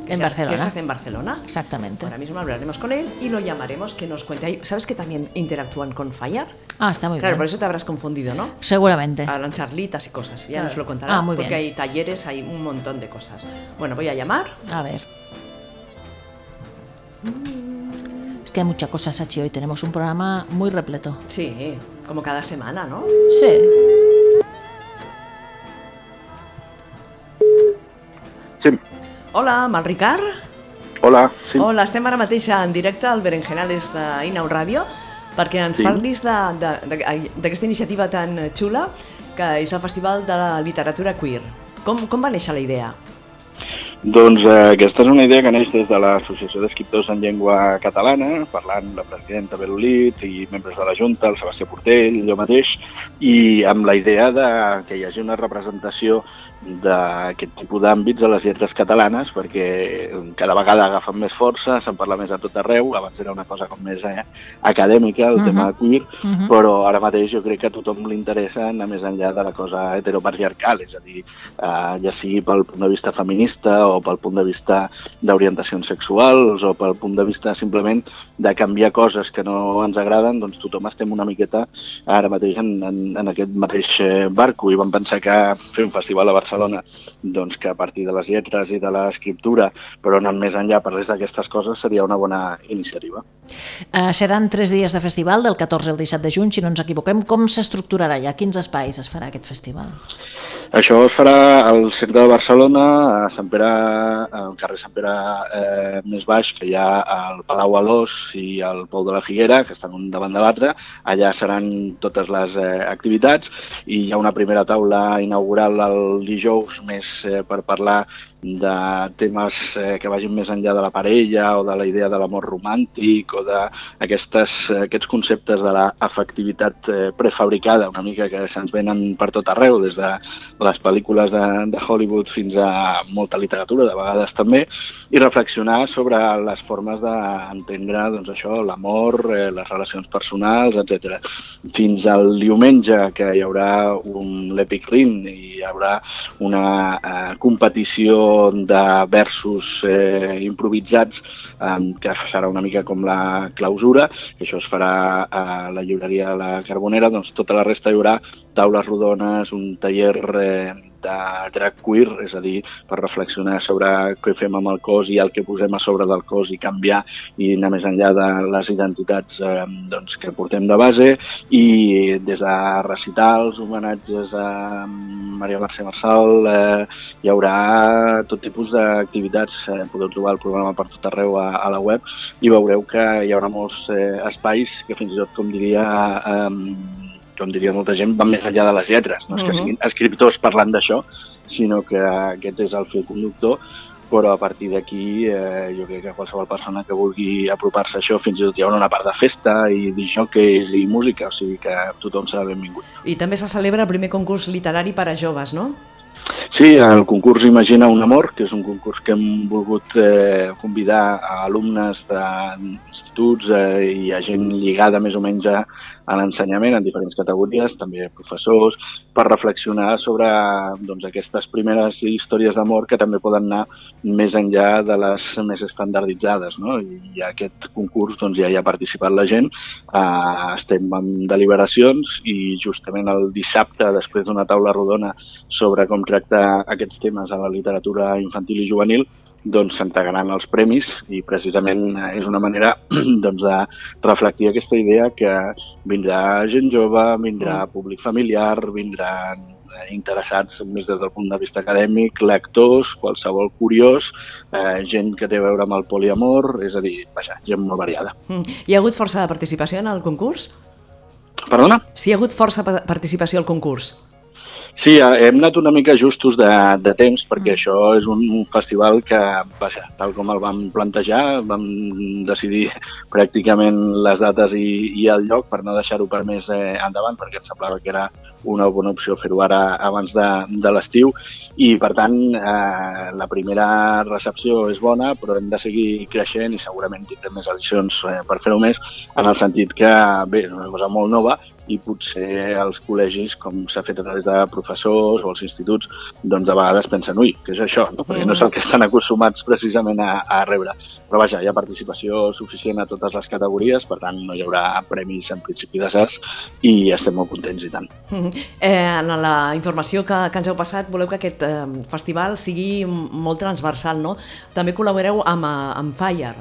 S1: que
S2: En
S1: se-
S2: Barcelona.
S1: Que se hace en Barcelona.
S2: Exactamente.
S1: Ahora mismo hablaremos con él y lo llamaremos que nos cuente. ahí. ¿Sabes que también interactúan con Fallar?
S2: Ah, está muy
S1: Claro, por
S2: bien.
S1: eso te habrás confundido, ¿no?
S2: Seguramente.
S1: Hablan charlitas y cosas, ya
S2: Claro.
S1: nos lo contará.
S2: Ah, muy
S1: porque
S2: bien.
S1: hay talleres, hay un montón de cosas. Bueno, voy a llamar.
S2: A ver. Es que hay muchas cosas, Sachi. Hoy tenemos un programa muy repleto.
S1: Sí, como cada semana, ¿no?
S2: Sí.
S7: Sí.
S1: Hola, mal Ricard.
S7: Hola, sí.
S1: Hola, estem ara mateix en directe al Berenjenales d'Inau Ràdio perquè ens
S7: Sí.
S1: parlis de- de- de- ai, d'aquesta iniciativa tan xula que és el Festival de la Literatura Queer. Com, com va néixer la idea?
S7: Doncs eh, aquesta és una idea que neix des de l'Associació d'Escriptors en Llengua Catalana, parlant la presidenta Belolit i membres de la Junta, el Sebastià Portell, jo mateix, i amb la idea de que hi hagi una representació d'aquest tipus d'àmbits a les lletres catalanes, perquè cada vegada agafen més força, se'n parla més a tot arreu, abans era una cosa com més eh, acadèmica, el
S2: Mhm.
S7: tema queer,
S2: Mhm.
S7: però ara mateix jo crec que a tothom li interessa anar més enllà de la cosa heteropatriarcal, és a dir, eh, ja sigui pel punt de vista feminista o pel punt de vista d'orientacions sexuals o pel punt de vista simplement de canviar coses que no ens agraden, doncs tothom estem una miqueta ara mateix en, en, en aquest mateix eh, barco i vam pensar que fer un festival a Barcelona doncs que a partir de les lletres i de l'escriptura, però anant més enllà parlés d'aquestes coses, seria una bona iniciativa.
S2: Eh, seran tres dies de festival, del 14 al 17 de juny, si no ens equivoquem. Com s'estructurarà ja? Quins espais es farà aquest festival?
S7: Això es farà al centre de Barcelona, a Sant Pere, al carrer Sant Pere eh, més baix, que hi ha el Palau Alós i el Pou de la Figuera, que estan un davant de l'altre. Allà seran totes les eh, activitats i hi ha una primera taula inaugural el dijous més eh, per parlar de temes eh, que vagin més enllà de la parella o de la idea de l'amor romàntic o d'aquests aquests conceptes de l'afectivitat eh, prefabricada, una mica que se'ns venen per tot arreu, des de les pel·lícules de, de Hollywood fins a molta literatura, de vegades també, i reflexionar sobre les formes d'entendre doncs, això, l'amor, eh, les relacions personals, etc. Fins al diumenge, que hi haurà un l'Epic Ring i hi haurà una eh, competició de versos eh, improvisats eh, que serà una mica com la clausura, que això es farà a la llibreria La Carbonera, doncs tota la resta hi haurà taules rodones, un taller eh, de drag queer, és a dir, per reflexionar sobre què fem amb el cos i el que posem a sobre del cos i canviar i anar més enllà de les identitats eh, doncs, que portem de base i des de recitals, homenatges a Maria Mercè Marçal, eh, hi haurà tot tipus d'activitats, eh, podeu trobar el programa per tot arreu a, a la web i veureu que hi haurà molts eh, espais que fins i tot, com diria eh, com diria molta gent, van més enllà de les lletres. No és que
S1: Mhm.
S7: siguin escriptors parlant d'això, sinó que aquest és el fil conductor, però a partir d'aquí eh, jo crec que qualsevol persona que vulgui apropar-se a això, fins i tot hi haurà una part de festa i disjockeys i música, o sigui que tothom serà benvingut.
S1: I també se celebra el primer concurs literari per a joves, no?
S7: Sí, el concurs Imagina un amor, que és un concurs que hem volgut eh, convidar a alumnes d'instituts eh, i a gent lligada més o menys a, a l'ensenyament en diferents categories, també professors, per reflexionar sobre doncs, aquestes primeres històries d'amor que també poden anar més enllà de les més estandarditzades. No? I a aquest concurs doncs, ja hi ha participat la gent, eh, estem en deliberacions i justament el dissabte, després d'una taula rodona sobre com tractar aquests temes a la literatura infantil i juvenil, doncs s'entregaran els premis i precisament eh, és una manera doncs, de reflectir aquesta idea que vindrà gent jove, vindrà públic familiar, vindran eh, interessats més des del punt de vista acadèmic, lectors, qualsevol curiós, eh, gent que té a veure amb el poliamor, és a dir, vaja, gent molt variada.
S1: Mm. Hi ha hagut força de participació en el concurs?
S7: Perdona?
S1: Sí, hi ha hagut força pa- participació al concurs.
S7: Sí, eh, hem anat una mica justos de, de temps perquè això és un, un festival que, vaja, tal com el vam plantejar, vam decidir pràcticament les dates i, i el lloc per no deixar-ho per més eh, endavant perquè ens semblava que era una bona opció fer-ho ara abans de, de l'estiu i per tant eh, la primera recepció és bona però hem de seguir creixent i segurament tindrem més edicions eh, per fer-ho més en el sentit que, bé, és una cosa molt nova i potser els col·legis, com s'ha fet a través de professors o els instituts, doncs de vegades pensen, ui, què és això? No? Perquè no
S1: Mm.
S7: és el que estan acostumats precisament a, a rebre. Però vaja, hi ha participació suficient a totes les categories, per tant no hi haurà premis en principi de certs i estem molt contents i tant.
S1: Mm. Eh, en la informació que, que ens heu passat voleu que aquest eh, festival sigui m- molt transversal, no? També col·laboreu amb, eh, amb Fire.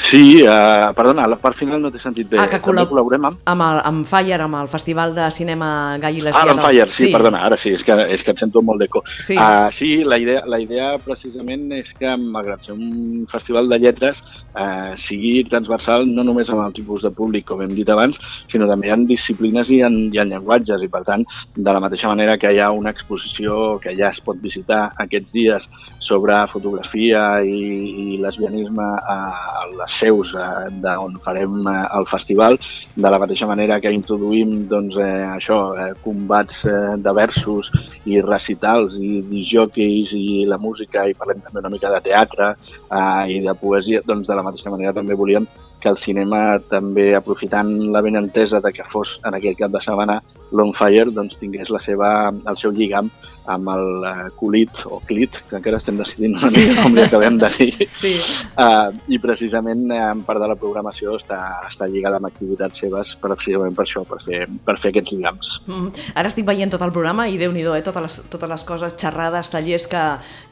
S7: Sí, eh, perdona, la part final no t'he sentit bé.
S1: Ah, que col·la-
S7: També col·laborem amb...
S1: Amb, el, amb Fire, amb el Festival de Cinema Gai i
S7: Ah,
S1: Lesbiana.
S7: l'Enfire, sí, sí, perdona, ara sí, és que, és que em sento molt d'eco.
S1: Sí.
S7: Ah, sí, la idea, la idea precisament és que, malgrat ser un festival de lletres, eh, sigui transversal no només amb el tipus de públic, com hem dit abans, sinó també en disciplines i en, i en llenguatges, i per tant, de la mateixa manera que hi ha una exposició que ja es pot visitar aquests dies sobre fotografia i, i lesbianisme a, a les seus eh, d'on farem eh, el festival, de la mateixa manera que introduïm doncs, eh, això, eh, combats eh, de versos i recitals i disjòqueis i la música i parlem també una mica de teatre eh, i de poesia, doncs de la mateixa manera també volíem que el cinema també aprofitant la ben entesa de que fos en aquell cap de setmana l'Onfire doncs tingués la seva, el seu lligam amb el eh, colit o clit, que encara estem decidint una mica com li acabem de dir,
S1: Sí,
S7: Uh, I precisament eh, en part de la programació està, està lligada amb activitats seves precisament per això, per fer, per fer aquests lligams.
S1: Mm. Ara estic veient tot el programa i déu nhi eh? totes, les, totes les coses, xerrades, tallers que,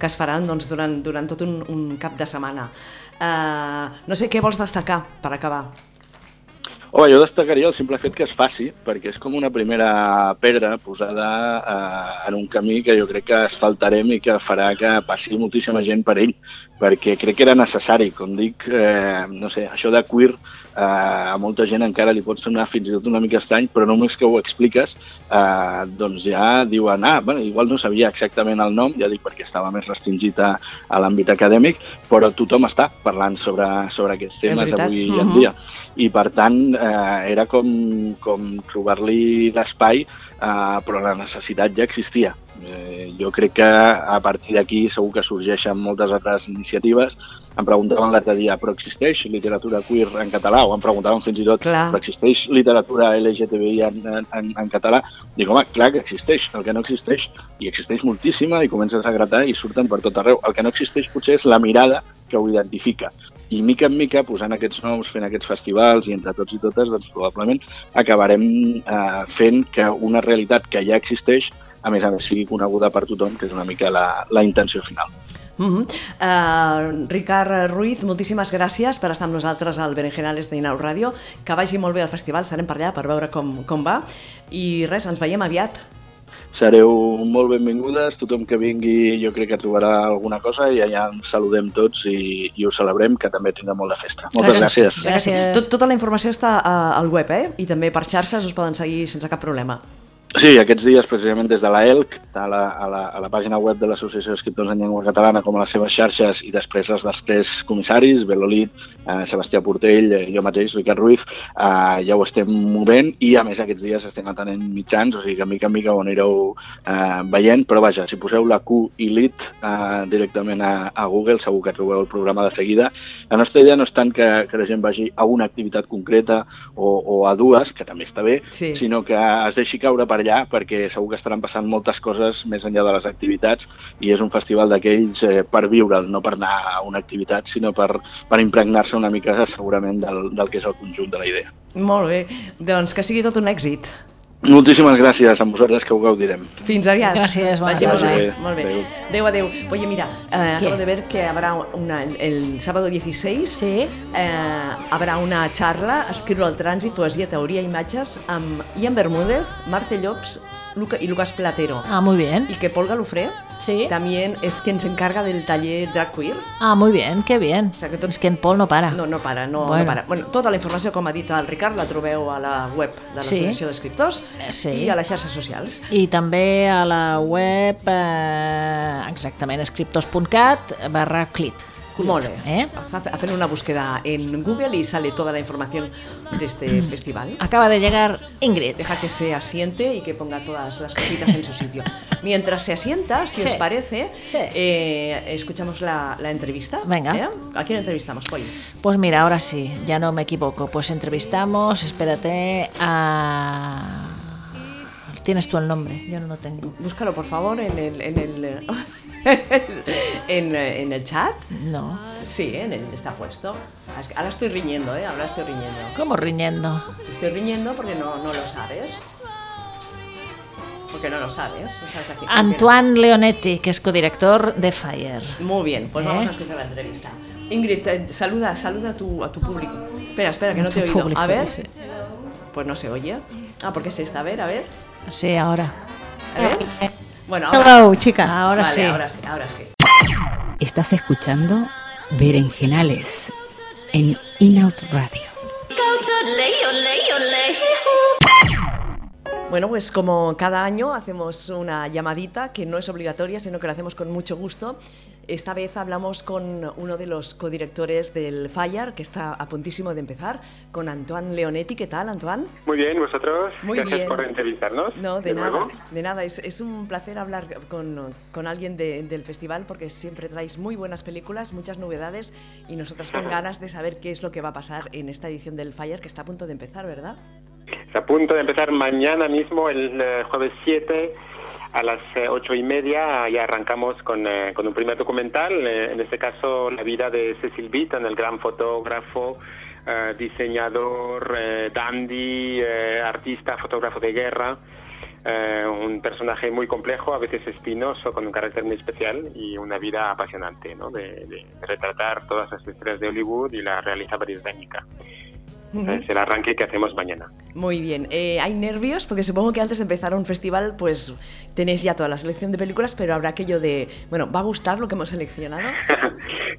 S1: que es faran doncs, durant, durant tot un, un cap de setmana. Uh, no sé què vols destacar per acabar.
S7: Home, jo destacaria el simple fet que es faci, perquè és com una primera pedra posada eh, en un camí que jo crec que asfaltarem i que farà que passi moltíssima gent per ell, perquè crec que era necessari, com dic, eh, no sé, això de queer eh, a molta gent encara li pot sonar fins i tot una mica estrany, però només que ho expliques, eh, doncs ja diuen, ah, bueno, igual no sabia exactament el nom, ja dic perquè estava més restringit a, a l'àmbit acadèmic, però tothom està parlant sobre, sobre aquests temes
S1: veritat.
S7: avui en
S1: Mhm.
S7: dia i per tant eh, era com, com trobar-li l'espai, eh, però la necessitat ja existia. Eh, jo crec que a partir d'aquí segur que sorgeixen moltes altres iniciatives. Em preguntaven l'altre dia, però existeix literatura queer en català? O em preguntaven fins i tot,
S1: Clar.
S7: però existeix literatura LGTBI en, en, en, en català? Dic, home, clar que existeix. El que no existeix, i existeix moltíssima, i comences a gratar i surten per tot arreu. El que no existeix potser és la mirada que ho identifica i mica en mica, posant aquests noms, fent aquests festivals i entre tots i totes, doncs probablement acabarem eh, fent que una realitat que ja existeix, a més a més, sigui coneguda per tothom, que és una mica la, la intenció final.
S1: Mm -hmm. uh, Ricard Ruiz, moltíssimes gràcies per estar amb nosaltres al Berenjenales de Inau Ràdio. Que vagi molt bé el festival, serem per allà per veure com, com va. I res, ens veiem aviat.
S7: Sereu molt benvingudes, tothom que vingui jo crec que trobarà alguna cosa i allà ens saludem tots i, i ho celebrem, que també tindrà molt de festa. Moltes gràcies.
S1: Ja que sí.
S2: Gràcies.
S1: Tot, tota la informació està a, al web, eh? I també per xarxes us poden seguir sense cap problema.
S7: Sí, aquests dies precisament des de la ELC, a la, a la, a la pàgina web de l'Associació d'Escriptors en Llengua Catalana, com a les seves xarxes i després les dels tres comissaris, Belolit, eh, Sebastià Portell, eh, jo mateix, Ricard Ruiz, eh, ja ho estem movent i a més aquests dies estem atenent mitjans, o sigui que mica en mica ho anireu eh, veient, però vaja, si poseu la Q i LIT eh, directament a, a Google segur que trobeu el programa de seguida. La nostra idea no és tant que, que la gent vagi a una activitat concreta o, o a dues, que també està bé,
S1: Sí.
S7: sinó sinó que es deixi caure per allà perquè segur que estaran passant moltes coses més enllà de les activitats i és un festival d'aquells eh, per viure'l, no per anar a una activitat, sinó per, per impregnar-se una mica segurament del, del que és el conjunt de la idea.
S1: Molt bé, doncs que sigui tot un èxit.
S7: Moltíssimes gràcies a vosaltres que ho gaudirem.
S1: Fins aviat.
S2: Gràcies, bona
S1: Vagi molt
S7: tarda.
S1: bé, molt bé.
S7: Adéu.
S1: Adéu, adéu. Oye, mira, eh,
S2: ¿Qué?
S1: acabo de ver que habrá una, el sábado 16
S2: Sí.
S1: eh, habrà una xarra, escriure el trànsit, poesia, teoria, imatges, amb Ian Bermúdez, Marce Llops Luca, y Lucas Platero.
S2: Ah, muy bien.
S1: Y que Paul Galofré
S2: Sí.
S1: también es quien se encarga del taller Drag Queer.
S2: Ah, muy bien, qué bien.
S1: sea, que tot-
S2: Es que en Paul no para.
S1: No, no para, no,
S2: Ah. Bueno.
S1: no para. Bueno, tota la informació, com ha dit el Ricard, la trobeu a la web de
S2: Sí.
S1: l'Associació d'Escriptors
S2: Eh, sí.
S1: i a les xarxes socials.
S2: I també a la web, eh, exactament, escriptors.cat barra clit.
S1: Molt bé.
S2: Eh?
S1: Hace- Hacen una búsqueda en Google y sale toda la información de este festival.
S2: Acaba de llegar Ingrid.
S1: Deja que se asiente y que ponga todas las cositas en su sitio. Mientras se asienta, si
S2: Sí.
S1: os parece,
S2: Sí.
S1: eh, escuchamos la, la entrevista.
S2: Venga.
S1: ¿eh? ¿A quién entrevistamos, Poli?
S2: Pues mira, ahora sí, ya no me equivoco. Pues entrevistamos, espérate, a... Tienes tú el nombre, yo no lo tengo.
S1: Búscalo, por favor, en el, en el, en, eh, en el chat.
S2: No.
S1: Sí, ¿eh? en el, está puesto. Es que Ahora estoy riñendo, ¿eh? Ahora estoy riñendo.
S2: ¿Cómo riñendo?
S1: Estoy riñendo porque no, no lo sabes. Porque no lo sabes. No sabes a quién-
S2: Antoine Leonetti, que es codirector de Fire.
S1: Muy bien, pues
S2: ¿Eh?
S1: vamos a escuchar la entrevista. Ingrid, te- saluda, saluda a tu, a tu público. Espera, espera, que no te he
S2: Tu
S1: oído.
S2: público,
S1: A ver,
S2: dice.
S1: pues no se oye. Ah, porque es esta, a ver, a ver.
S2: Sí, ahora.
S1: A ver. Bueno, ahora,
S8: Hello, chicas.
S2: eh. Ahora
S1: Vale,
S2: sí.
S1: ahora sí, ahora sí.
S3: Estás escuchando Berenjenales en Inout Radio.
S1: Bueno, pues como cada año hacemos una llamadita que no es obligatoria, sino que la hacemos con mucho gusto. Esta vez hablamos con uno de los codirectores del FIRE, que está a puntísimo de empezar, con Antoine Leonetti. ¿Qué tal, Antoine?
S9: Muy bien, vosotros.
S1: Muy
S9: Gracias
S1: bien.
S9: por entrevistarnos.
S1: No, de, nada,
S9: nuevo.
S1: de nada. Es, es un placer hablar con, con alguien de- del festival porque siempre traéis muy buenas películas, muchas novedades y nosotras con ganas de saber qué es lo que va a pasar en esta edición del Fire que está a punto de empezar, ¿verdad?
S9: Está a punto de empezar mañana mismo, el eh, jueves 7, a las eh, ocho y media. Ya arrancamos con, eh, con un primer documental, eh, en este caso la vida de Cecil Beaton, el gran fotógrafo, eh, diseñador, eh, dandy, eh, artista, fotógrafo de guerra. eh, un personaje muy complejo, a veces espinoso, con un carácter muy especial y una vida apasionante, ¿no? de, de retratar todas las estrellas de Hollywood y la realidad británica. Es el arranque que hacemos mañana.
S1: Muy bien. Eh, ¿Hay nervios? Porque supongo que antes de empezar un festival, pues tenéis ya toda la selección de películas, pero habrá aquello de, bueno, ¿va a gustar lo que hemos seleccionado?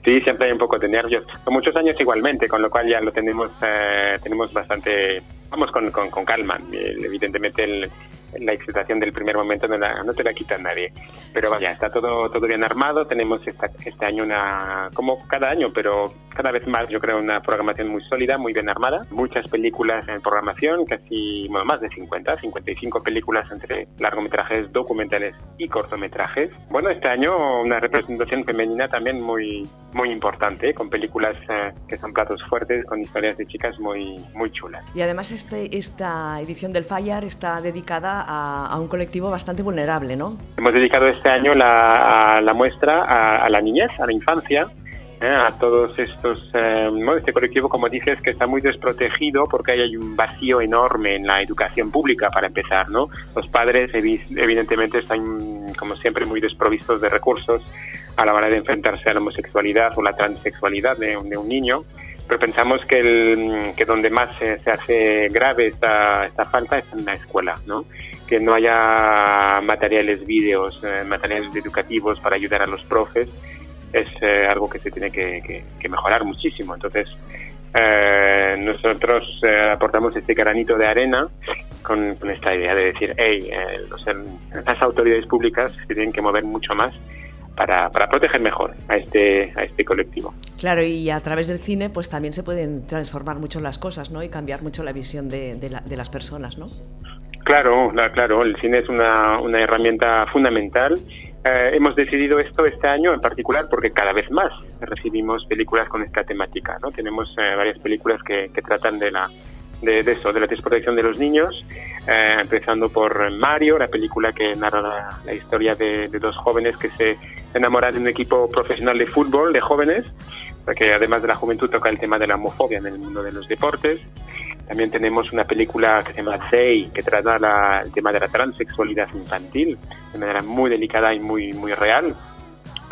S9: sí, siempre hay un poco de nervios. Con muchos años igualmente, con lo cual ya lo tenemos, eh, tenemos bastante, vamos con, con- con calma. El- evidentemente el- la excitación del primer momento no, la- no te la quita nadie. Pero vaya, está todo, todo bien armado. Tenemos esta- este año una, como cada año, pero cada vez más yo creo una programación muy sólida, muy bien armada. Muchas películas en programación, casi bueno, más de 50, 55 películas entre largometrajes, documentales y cortometrajes. Bueno, este año una representación femenina también muy, muy importante, con películas eh, que son platos fuertes, con historias de chicas muy, muy chulas.
S1: Y además este, esta edición del Fire está dedicada a, a un colectivo bastante vulnerable, ¿no?
S9: Hemos dedicado este año la, a la muestra a, a la niñez, a la infancia, eh, a todos estos, eh, bueno, este colectivo, como dices, que está muy desprotegido porque ahí hay un vacío enorme en la educación pública, para empezar, ¿no? Los padres, evi- evidentemente, están, como siempre, muy desprovistos de recursos a la hora de enfrentarse a la homosexualidad o la transexualidad de, un- de un niño. Pero pensamos que, el- que donde más se, se hace grave esta, esta falta es en la escuela, ¿no? que no haya materiales vídeos, eh, materiales educativos para ayudar a los profes, es eh, algo que se tiene que, que- que mejorar muchísimo. Entonces, eh, nosotros eh, aportamos este granito de arena con, con esta idea de decir, hey, eh, los- el- las autoridades públicas se tienen que mover mucho más para, para proteger mejor a este, a este colectivo.
S1: Claro, y a través del cine pues también se pueden transformar mucho las cosas, ¿no? Y cambiar mucho la visión de, de la- de las personas, ¿no?
S9: Claro, la- claro, el cine es una, una herramienta fundamental. Eh, hemos decidido esto este año en particular porque cada vez más recibimos películas con esta temática. ¿no? Tenemos eh, varias películas que, que tratan de, la, de, de eso, de la desprotección de los niños, eh, empezando por Mario, la película que narra la, la historia de, de dos jóvenes que se enamoran de un equipo profesional de fútbol de jóvenes, que además de la juventud toca el tema de la homofobia en el mundo de los deportes. También tenemos una película que se llama Sei, que trata la- el tema de la transexualidad infantil de manera muy delicada y muy, muy real.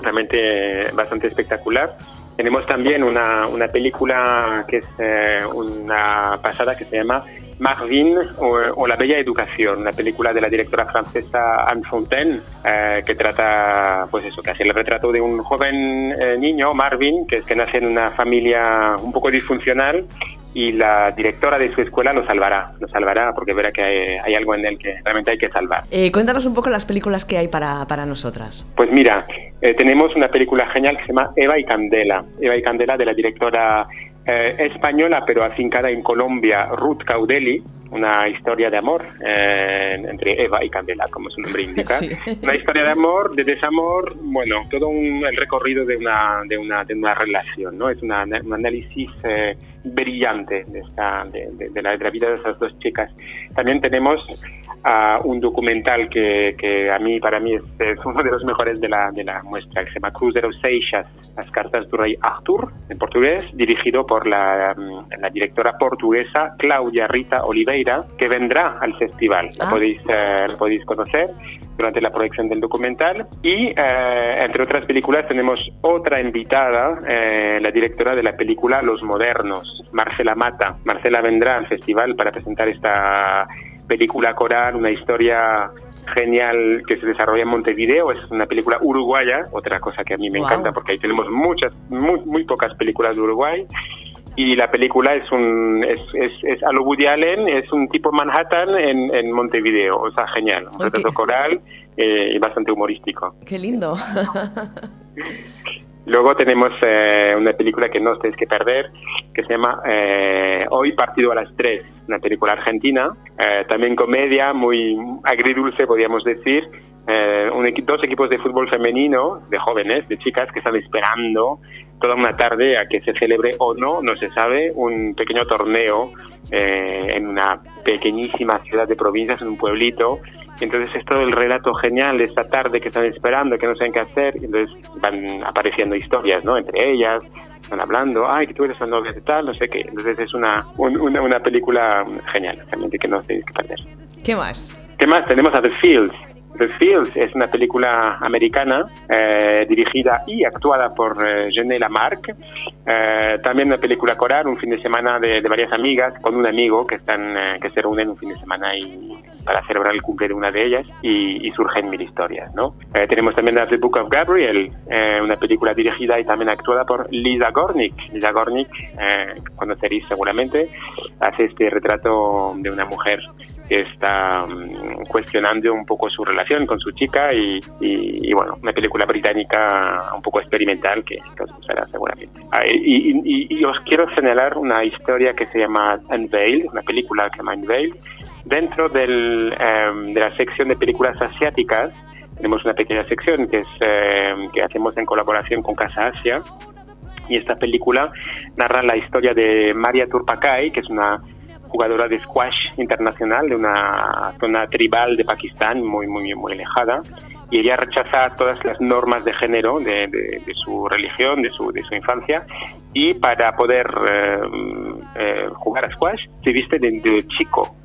S9: Realmente eh, bastante espectacular. Tenemos también una, una película que es eh, una pasada que se llama Marvin o, o la Bella Educación, una película de la directora francesa Anne Fontaine eh, que trata, pues eso, que hace el retrato de un joven eh, niño, Marvin, que, que nace en una familia un poco disfuncional y la directora de su escuela lo salvará, lo salvará porque verá que hay, hay algo en él que realmente hay que salvar.
S1: Eh, cuéntanos un poco las películas que hay para, para nosotras.
S9: Pues mira, eh, tenemos una película genial que se llama Eva y Candela. Eva y Candela de la directora eh, española, pero afincada en Colombia, Ruth Caudeli. Una historia de amor eh, entre Eva y Candela, como su nombre indica.
S1: Sí.
S9: Una historia de amor, de desamor, bueno, todo un, el recorrido de una, de una, de una relación, ¿no? Es una- un análisis eh, brillante de, esta, de, de- de la, de la vida de esas dos chicas. También tenemos a un documental que, que a mí, para mí, es, es uno de los mejores de la, de la muestra, que se llama Cruz de los Seixas, las cartas del rey Artur, en portugués, dirigido por la, mm, la directora portuguesa Claudia Rita Oliveira, que vendrá al festival. La
S1: Ah.
S9: podéis, eh, la podéis conocer. durante la proyección del documental. Y eh, entre otras películas tenemos otra invitada, eh, la directora de la película Los Modernos, Marcela Mata. Marcela vendrá al festival para presentar esta película coral, una historia genial que se desarrolla en Montevideo, es una película uruguaya, otra cosa que a mí me
S1: Wow.
S9: encanta porque ahí tenemos muchas, muy, muy pocas películas de Uruguay y la película es un es, es, es a lo Woody Allen, es un tipo Manhattan en, en Montevideo, o sea, genial, un
S1: Ay,
S9: retrato
S1: qué-
S9: coral eh, y bastante humorístico.
S1: Qué lindo.
S9: Luego tenemos eh, una película que no os tenéis que perder, que se llama eh, Hoy partido a las 3, una película argentina, eh, también comedia, muy agridulce, podríamos decir. Eh, un equi- dos equipos de fútbol femenino, de jóvenes, de chicas, que están esperando toda una tarde a que se celebre o no, no se sabe, un pequeño torneo eh, en una pequeñísima ciudad de provincias, en un pueblito. Y entonces es todo el relato genial de esta tarde que están esperando, que no saben qué hacer. Y entonces van apareciendo historias, ¿no? Entre ellas, van hablando, ay, que tú eres la novia de tal, no sé qué. Entonces es una, un- una, una película genial, realmente que no tenéis que perder.
S1: ¿Qué más?
S9: ¿Qué más? Tenemos a The Fields. The Fields es una película americana eh, dirigida y actuada por eh, Jeanne Lamarck. Eh, también una película coral, un fin de semana de, de varias amigas con un amigo que están eh, que se reúnen un fin de semana y, para celebrar el cumple de una de ellas y, y surgen mil historias. ¿no? Eh, tenemos también a The Book of Gabriel, eh, una película dirigida y también actuada por Lisa Gornick. Lisa Gornick, eh, conoceréis seguramente, hace este retrato de una mujer que está mm, cuestionando un poco su relación con su chica y, y- y, bueno, una película británica un poco experimental que, que os gustará seguramente. Ah, y, y- y- y os quiero señalar una historia que se llama Unveiled, una película que se llama Unveiled. Dentro del, em, de la sección de películas asiáticas tenemos una pequeña sección que, es, em, que hacemos en colaboración con Casa Asia y esta película narra la historia de Maria Turpacay, que es una jugadora de squash internacional de una zona tribal de Pakistán muy muy muy alejada y ella rechaza todas las normas de género de, de- de su religión, de su, de su infancia y para poder eh, eh, jugar a squash se viste de, de chico.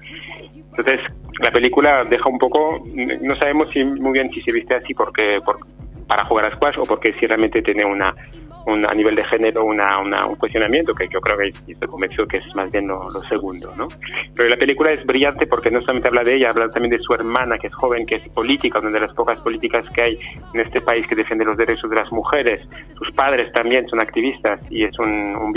S9: Entonces la película deja un poco, no sabemos si muy bien si se viste así porque por- para jugar a squash o porque si realmente tiene una un- a nivel de género una, una- un cuestionamiento, que yo creo que estoy convencido que es más bien lo, lo segundo, ¿no? Pero la película es brillante porque no solamente habla de ella, habla también de su hermana, que es joven, que es política, una de las pocas políticas que hay en este país que defiende los derechos de las mujeres. Sus padres también son activistas y es un, un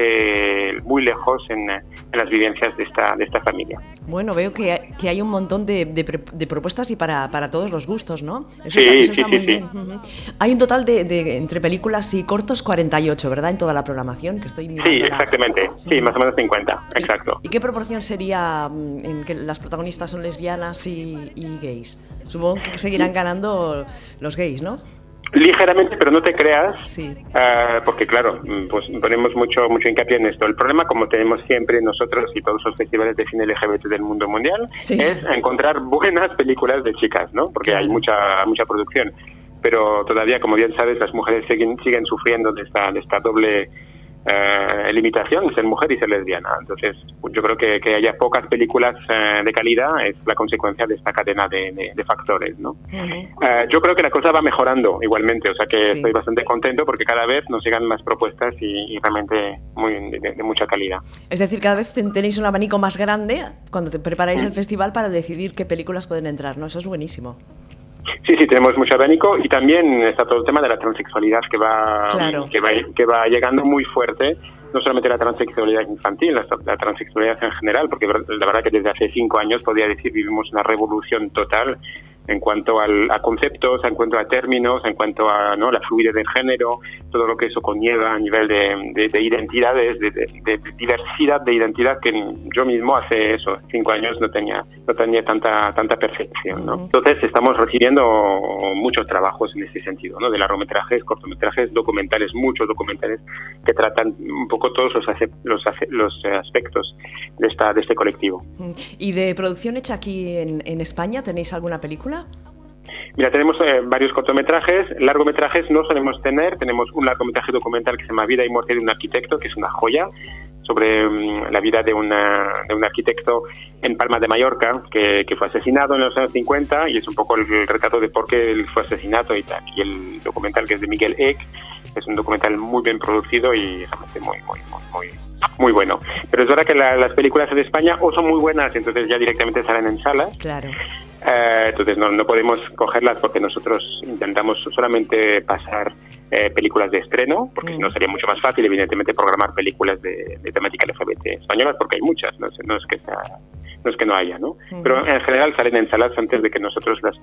S9: viaje muy lejos en, eh, en las vivencias de esta, de esta familia.
S1: Bueno, veo que hay, que hay un montón de, de pre- de propuestas y para, para todos los gustos, ¿no? Eso,
S9: Sí,
S1: está- eso
S9: sí,
S1: está
S9: sí,
S1: muy
S9: sí.
S1: bien. Ujú. Hay un total de, de- entre películas y cortos 48, ¿verdad? En toda la programación que estoy mirando.
S9: Sí,
S1: la-
S9: exactamente. Sí, más o menos 50,
S1: ¿Y-
S9: exacto.
S1: ¿Y qué proporción sería mm, en que las protagonistas son lesbianas y, y gays? Supongo que seguirán ganando los gays, ¿no?
S9: Ligeramente, pero no te creas,
S1: Sí.
S9: Ah, porque claro, mm, pues ponemos mucho mucho hincapié en esto. El problema, como tenemos siempre nosotros y todos los festivales de cine LGBT del mundo mundial,
S1: Sí.
S9: es encontrar buenas películas de chicas, ¿no? Porque hay mucha mucha producción. Pero todavía, como bien sabes, las mujeres siguen, siguen sufriendo de esta, de esta doble eh, limitación, ser mujer y ser lesbiana. Entonces, yo creo que, que haya pocas películas eh, de calidad es la consecuencia de esta cadena de, de- de factores, ¿no?
S1: Ujú.
S9: Eh, yo creo que la cosa va mejorando igualmente, o sea que
S1: Sí.
S9: estoy bastante contento porque cada vez nos llegan más propuestas y, y realmente muy, de, de mucha calidad.
S1: Es decir, cada vez ten- tenéis un abanico más grande cuando te preparáis
S9: Mm.
S1: el festival para decidir qué películas pueden entrar, ¿no? Eso es buenísimo.
S9: Sí, sí, tenemos mucho abanico y también está todo el tema de la transexualidad que va,
S1: Claro.
S9: que va, que va llegando muy fuerte, no solamente la transexualidad infantil, la, la transexualidad en general, porque ver- la verdad que desde hace cinco años, podría decir, vivimos una revolución total en cuanto al, a conceptos, en cuanto a términos, en cuanto a ¿no? la fluidez del género, todo lo que eso conlleva a nivel de, de- de identidades, de, de- de diversidad de identidad que yo mismo hace eso, cinco años no tenía, no tenía tanta, tanta percepción. ¿no?
S1: Ujú.
S9: Entonces estamos recibiendo muchos trabajos en ese sentido, ¿no? de largometrajes, cortometrajes, documentales, muchos documentales que tratan un poco todos los, ace- los, ace- los eh, aspectos de, esta, de este colectivo.
S1: Mm. ¿Y de producción hecha aquí en, en España tenéis alguna película?
S9: Mira, tenemos eh, varios cortometrajes, largometrajes no solemos tener, tenemos un largometraje documental que se llama Vida y muerte de un arquitecto, que es una joya, es sobre mm, la vida de, una, de un arquitecto en Palma de Mallorca que, que fue asesinado en los años 50 y es un poco el, el retrato de por qué él fue asesinato y tal. Y el documental que es de Miguel Eck es un documental muy bien producido y realmente muy, muy, muy, muy, muy bueno. Pero es verdad que la- las películas de España o son muy buenas, entonces ya directamente salen en salas,
S1: Claro.
S9: eh, entonces no, no podemos cogerlas porque nosotros intentamos solamente pasar eh, películas de estreno, porque
S1: Mm.
S9: si no sería mucho más fácil, evidentemente, programar películas de, de temática LGBT españolas, porque hay muchas, no, es- no es que sea- no es que no haya, ¿no?
S1: Mm.
S9: Pero en general salen en salas antes de que nosotros las,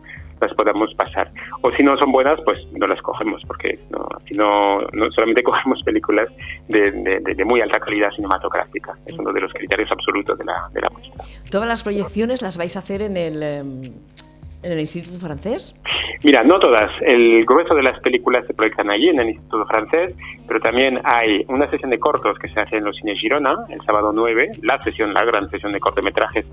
S9: las podamos pasar. O si no son buenas, pues no las cogemos, porque no, si no, no solamente cogemos películas de, de- de- de muy alta calidad cinematográfica. Es uno de los criterios absolutos de la, de la muestra.
S1: ¿Todas las proyecciones las vais a hacer en el, eh, en el Instituto Francés?
S9: Mira, no todas. El grueso de las películas se proyectan allí, en el Instituto Francés, pero también hay una sesión de cortos que se hace en los cines Girona, el sábado 9, la sesión, la gran sesión de cortometrajes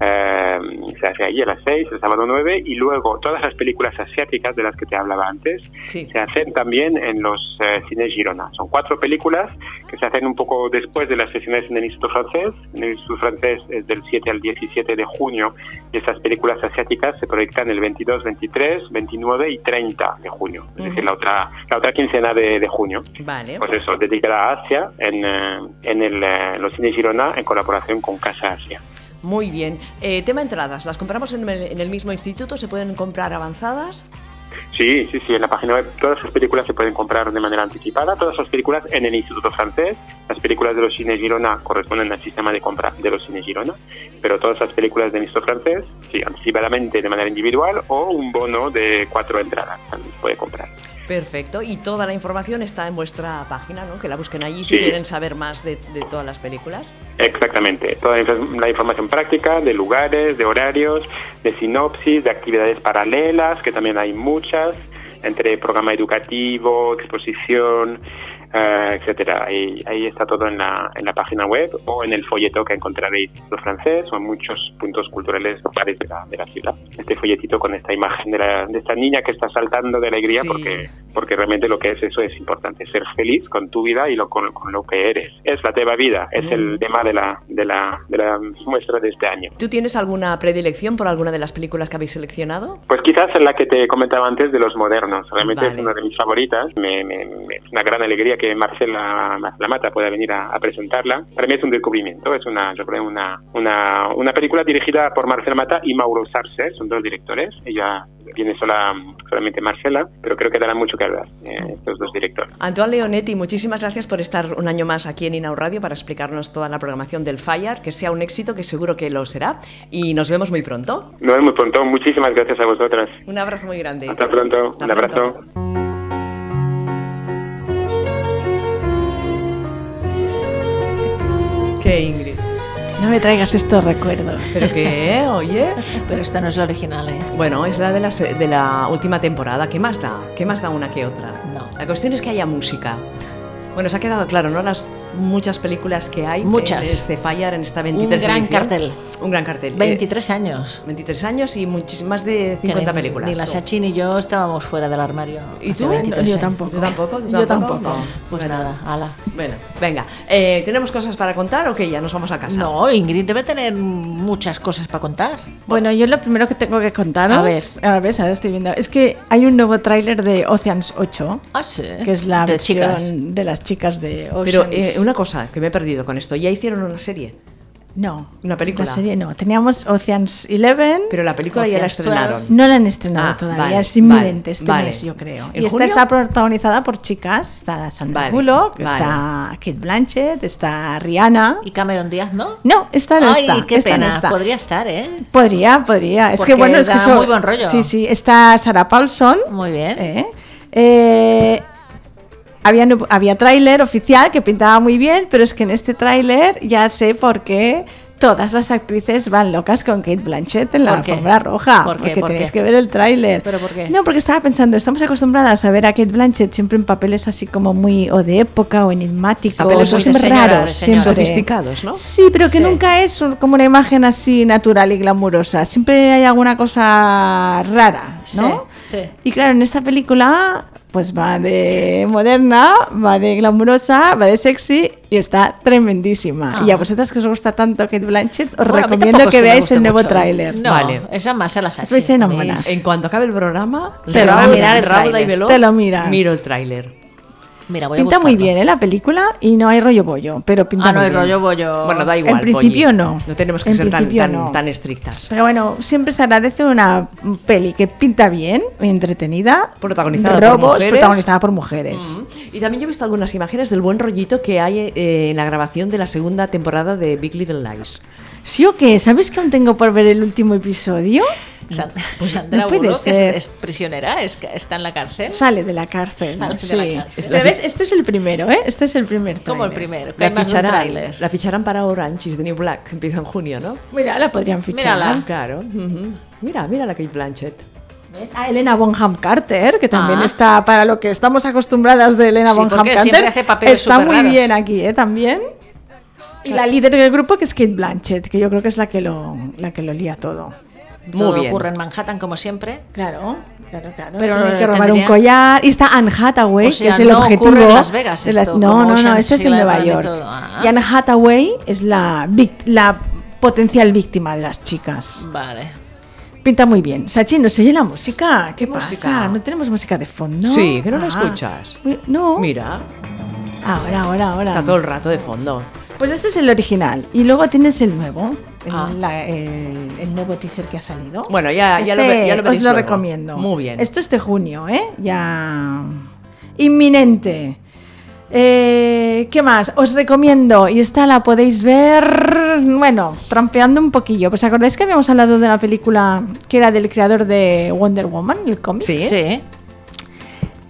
S9: eh, se hace allí a las 6, el sábado 9, y luego todas las películas asiáticas de las que te hablaba antes
S1: Sí.
S9: se hacen también en los eh, cines Girona. Son cuatro películas que se hacen un poco después de las sesiones en el Instituto Francés. En el Instituto Francés es del 7 al 17 de junio y estas películas asiáticas se proyectan el 22, 23, 29 y 30 de junio, es decir, la otra, la otra quincena de, de junio.
S1: Vale.
S9: Pues eso, dedicada a Asia en, eh, en el, eh, los cines Girona en colaboración con Casa Asia.
S1: Muy bien. Eh, tema entradas. ¿Las compramos en el, en el mismo instituto? ¿Se pueden comprar avanzadas?
S9: Sí, sí, sí, en la página web todas las películas se pueden comprar de manera anticipada, todas las películas en el Instituto Francés, las películas de los cines Girona corresponden al sistema de compra de los cines Girona, pero todas las películas del Instituto Francés, sí, anticipadamente de manera individual o un bono de cuatro entradas también se puede comprar.
S1: Perfecto. Y toda la información está en vuestra página, ¿no? Que la busquen allí si
S9: Sí.
S1: quieren saber más de, de todas las películas.
S9: Exactamente, toda la infor- la información práctica de lugares, de horarios, de sinopsis, de actividades paralelas, que también hay muchas, entre programa educativo, exposición, eh, etcétera. Ahí, ahí está todo en la, en la página web o en el folleto que encontraréis los francés o en muchos puntos culturales locales de la, de la ciudad. Este folletito con esta imagen de, la- de esta niña que está saltando de alegría
S1: Sí.
S9: porque porque realmente lo que es eso es importante, ser feliz con tu vida y lo, con, con lo que eres. Es la teva vida, es el tema de la, de, la, de la muestra de este año.
S1: ¿Tú tienes alguna predilección por alguna de las películas que habéis seleccionado?
S9: Pues quizás la que te comentaba antes de los modernos, realmente
S1: Vale.
S9: es una de mis favoritas, me, me- me- es una gran alegría que Marcela, Marcela Mata pueda venir a, a presentarla. Para mí es un descubrimiento, es una, yo creo, una, una, una película dirigida por Marcela Mata y Mauro Sarcer, son dos directores, ella viene sola, solamente Marcela, pero creo que dará mucho que hablar eh, estos dos directores.
S1: Antoine Leonetti, muchísimas gracias por estar un año más aquí en Inau Radio para explicarnos toda la programación del Fire, que sea un éxito, que seguro que lo será, y nos vemos muy pronto.
S9: Nos vemos pronto. Muchísimas gracias a vosotras.
S1: Un abrazo muy grande.
S9: Hasta pronto.
S1: Hasta
S9: Un abrazo.
S1: pronto. ¿Qué, Ingrid?
S2: No me traigas estos recuerdos.
S1: ¿Pero qué? Oye.
S2: Pero esta no es la original, ¿eh?
S1: Bueno, es la de la, se- de la última temporada. ¿Qué más da? ¿Qué más da una que otra?
S2: No.
S1: La cuestión es que haya música. Bueno, se ha quedado claro, ¿no? Las muchas películas que hay.
S2: Muchas.
S1: En este Fire, en esta 23
S2: gran
S1: edición.
S2: cartel.
S1: Un gran cartel. Eh,
S2: 23 años.
S1: 23 años y muchis- más de
S2: Que
S1: 50
S2: ni-
S1: películas.
S2: Ni la Sachi ni yo estábamos fuera del armario.
S1: ¿Y
S2: hace
S1: tú?
S2: 23
S1: Yo
S2: años.
S1: tampoco. ¿Tú tampoco? ¿Tú
S8: Yo
S1: tampoco?
S8: tampoco.
S1: No.
S2: Pues
S1: Bueno.
S2: nada, ala.
S1: Bueno, venga. Eh, ¿Tenemos cosas para contar o qué? Ya nos vamos a casa.
S2: No, Ingrid debe tener muchas cosas para contar.
S8: Bueno, yo lo primero que tengo que contaros.
S2: A ver.
S8: A ver, ahora estoy viendo. Es que hay un nuevo tráiler de Oceans 8,
S2: Ah, sí.
S8: que es la
S2: de
S8: versión
S2: chicas.
S8: de las chicas de Oceans.
S1: Pero eh, una cosa que me he perdido con esto. Ya hicieron una serie.
S8: No.
S1: una película.
S8: La serie no. Teníamos Oceans 11.
S1: Pero la película ya la
S2: Ocean's Twelve.
S1: estrenaron.
S8: No la han estrenado
S1: Ah,
S8: todavía,
S1: vale,
S8: es inminente
S1: vale,
S8: este
S1: vale.
S8: mes, yo creo.
S1: ¿En
S8: Y esta
S1: junio?
S8: está protagonizada por chicas, está Sandra
S1: Vale,
S8: Bullock,
S1: vale.
S8: está Kate Blanchett, está Rihanna.
S2: Y Cameron Díaz, ¿no?
S8: No, esta no
S2: Ay,
S8: está.
S2: qué
S8: esta no
S2: pena.
S8: está.
S2: Podría estar, ¿eh?
S8: Podría, podría. Es
S2: Porque
S8: que bueno, es que
S2: da
S8: son-
S2: muy buen rollo.
S8: Sí, sí. Está Sarah Paulson.
S2: Muy bien.
S8: ¿eh? Eh, había, nu- había tráiler oficial que pintaba muy bien, pero es que en este tráiler ya sé por qué todas las actrices van locas con Kate Blanchett en la
S2: ¿Por qué?
S8: alfombra roja.
S2: ¿Por qué?
S8: Porque
S2: ¿Por
S8: tenéis
S2: qué?
S8: que ver el tráiler.
S2: ¿Pero por qué?
S8: No, porque estaba pensando, estamos acostumbradas a ver a Kate Blanchett siempre en papeles así como muy o de época o enigmáticos,
S1: Papeles
S8: o
S1: muy de
S8: siempre
S2: señora, de
S8: raros,
S2: señora.
S8: siempre.
S1: Sofisticados, ¿no?
S8: Sí, pero que
S2: Sí.
S8: nunca es un- como una imagen así natural y glamurosa. Siempre hay alguna cosa rara, ¿no?
S2: Sí, sí.
S8: Y claro, en esta película pues va de moderna, va de glamurosa, va de sexy y está tremendísima.
S2: Ah.
S8: Y a vosotras que os gusta tanto Kate Blanchett, os
S2: Bueno, a mí
S8: recomiendo
S2: tampoco es
S8: que
S2: me
S8: veáis
S2: guste
S8: el nuevo
S2: mucho, ¿eh?
S8: tráiler.
S2: No,
S1: Vale.
S2: esa más a las H.
S8: Vais a enamorar.
S2: A mí- Ah,
S1: En cuanto acabe el programa,
S2: Te lo
S1: Raúl-
S2: va a mirar el
S1: Raúl
S2: tráiler.
S1: y Veloz,
S8: Te lo miras.
S1: Miro el tráiler.
S2: Mira, voy a
S8: Pinta muy
S2: buscarlo.
S8: bien ¿eh? la película y no hay rollo bollo, pero pinta
S2: Ah, no,
S8: muy
S2: el
S8: bien.
S2: rollo bollo.
S1: Bueno, da
S8: En
S1: igual.
S8: principio
S1: Polly.
S8: no.
S1: No tenemos que
S8: En
S1: ser tan,
S8: principio
S1: tan,
S8: no.
S1: tan estrictas.
S8: Pero bueno, siempre se agradece una peli que pinta bien, entretenida,
S1: Protagonizada por
S8: robos,
S1: mujeres.
S8: protagonizada por mujeres.
S2: Mm.
S1: Y también yo he visto algunas imágenes del buen rollito que hay eh, en la grabación de la segunda temporada de Big Little Lies.
S8: ¿Sí o qué? ¿Sabes que aún tengo por ver el último episodio?
S2: San- Sandra
S8: no puede
S2: Bullock es,
S8: ser.
S2: es prisionera, es que está en la cárcel.
S8: Sale de la cárcel.
S2: Sale de
S8: sí.
S2: la cárcel.
S8: Pero ves, este es el primero, ¿eh? Este es el primer
S2: Como el
S8: tráiler.
S2: primero, que
S1: La
S2: hay más de un
S1: ficharán,
S2: tráiler.
S1: la ficharán para Orange is the New Black, que empieza en junio, ¿no?
S8: Mira, la podrían fichar.
S2: Mírala.
S1: Claro. ujú. Mira, mira la Kate Blanchett.
S8: ¿Ves? A Elena Bonham Carter, que también
S2: Ah.
S8: está para lo que estamos acostumbradas de Elena
S2: Sí,
S8: Bonham
S2: porque
S8: Carter.
S2: siempre hace papeles
S8: está muy
S2: superraros.
S8: bien aquí, ¿eh? También. Y la líder del grupo que es Kate Blanchett, que yo creo que es la que lo, la que lo lía todo.
S1: Muy
S2: Todo
S1: bien.
S2: ocurre en Manhattan como siempre.
S8: Claro, claro, claro.
S2: Pero
S8: Tienen que robar
S2: tendría-
S8: un collar. Y está Anne Hathaway,
S2: O sea,
S8: que es el
S2: no ocurre
S8: objetivo.
S2: en Las Vegas
S8: de la-
S2: esto, como
S8: no, no,
S2: Ocean's
S8: no, ese es en Nueva
S2: Eleven y
S8: York.
S2: todo. Ah.
S8: Y Anne Hathaway es la, vic- la potencial víctima de las chicas.
S2: Vale.
S8: Pinta muy bien. Sachi, ¿no se oye la música? ¿Qué,
S1: ¿Qué
S8: pasa?
S1: música?
S8: ¿No tenemos música de fondo? Ah.
S1: Sí, que no la escuchas.
S8: Uy, No.
S1: Mira,
S8: Ahora, ahora, ahora.
S1: está todo el rato de fondo.
S8: Pues este es el original. Y luego tienes el nuevo. El,
S1: Ah.
S8: la- el- el nuevo teaser que ha salido.
S1: Bueno, ya- ya lo
S8: Este
S1: ve- ya lo veréis
S8: Os lo
S1: luego.
S8: recomiendo.
S1: Muy bien.
S8: Esto es de junio, ¿eh? Ya. Inminente. Eh, ¿Qué más? Os recomiendo. Y esta la podéis ver. Bueno, trampeando un poquillo. ¿Pues acordáis que habíamos hablado de la película que era del creador de Wonder Woman, el cómic?
S1: Sí.
S2: Sí.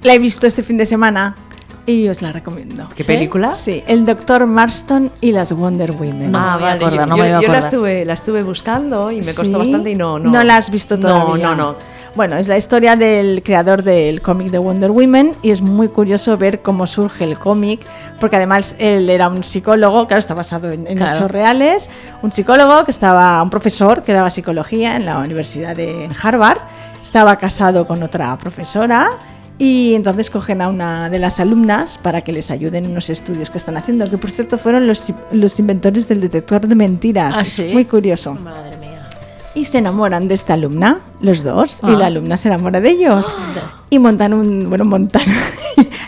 S8: La he visto este fin de semana y os la recomiendo.
S1: ¿Qué película?
S8: Sí, el Doctor Marston y las Wonder Women.
S2: No. me voy a acordar,
S1: Ah, yo,
S2: no me
S1: yo-
S2: voy a
S1: yo la,
S2: acordar.
S1: estuve, la estuve buscando y me costó
S8: Sí.
S1: bastante y no, no.
S8: No la has visto todavía.
S1: No, no, no.
S8: Bueno, es la historia del creador del cómic de Wonder Woman y es muy curioso ver cómo surge el cómic, porque además él era un psicólogo, claro, está basado en, en
S2: Claro.
S8: hechos reales, un psicólogo que estaba, un profesor que daba psicología en la Universidad de Harvard, estaba casado con otra profesora. Y entonces cogen a una de las alumnas para que les ayuden en unos estudios que están haciendo, que por cierto fueron los, los inventores del detector de mentiras.
S2: Ah, ¿sí?
S8: Muy curioso.
S2: Madre mía.
S8: Y se enamoran de esta alumna, los dos,
S2: Ah.
S8: y la alumna se enamora de ellos. Y montan un. Bueno, montan.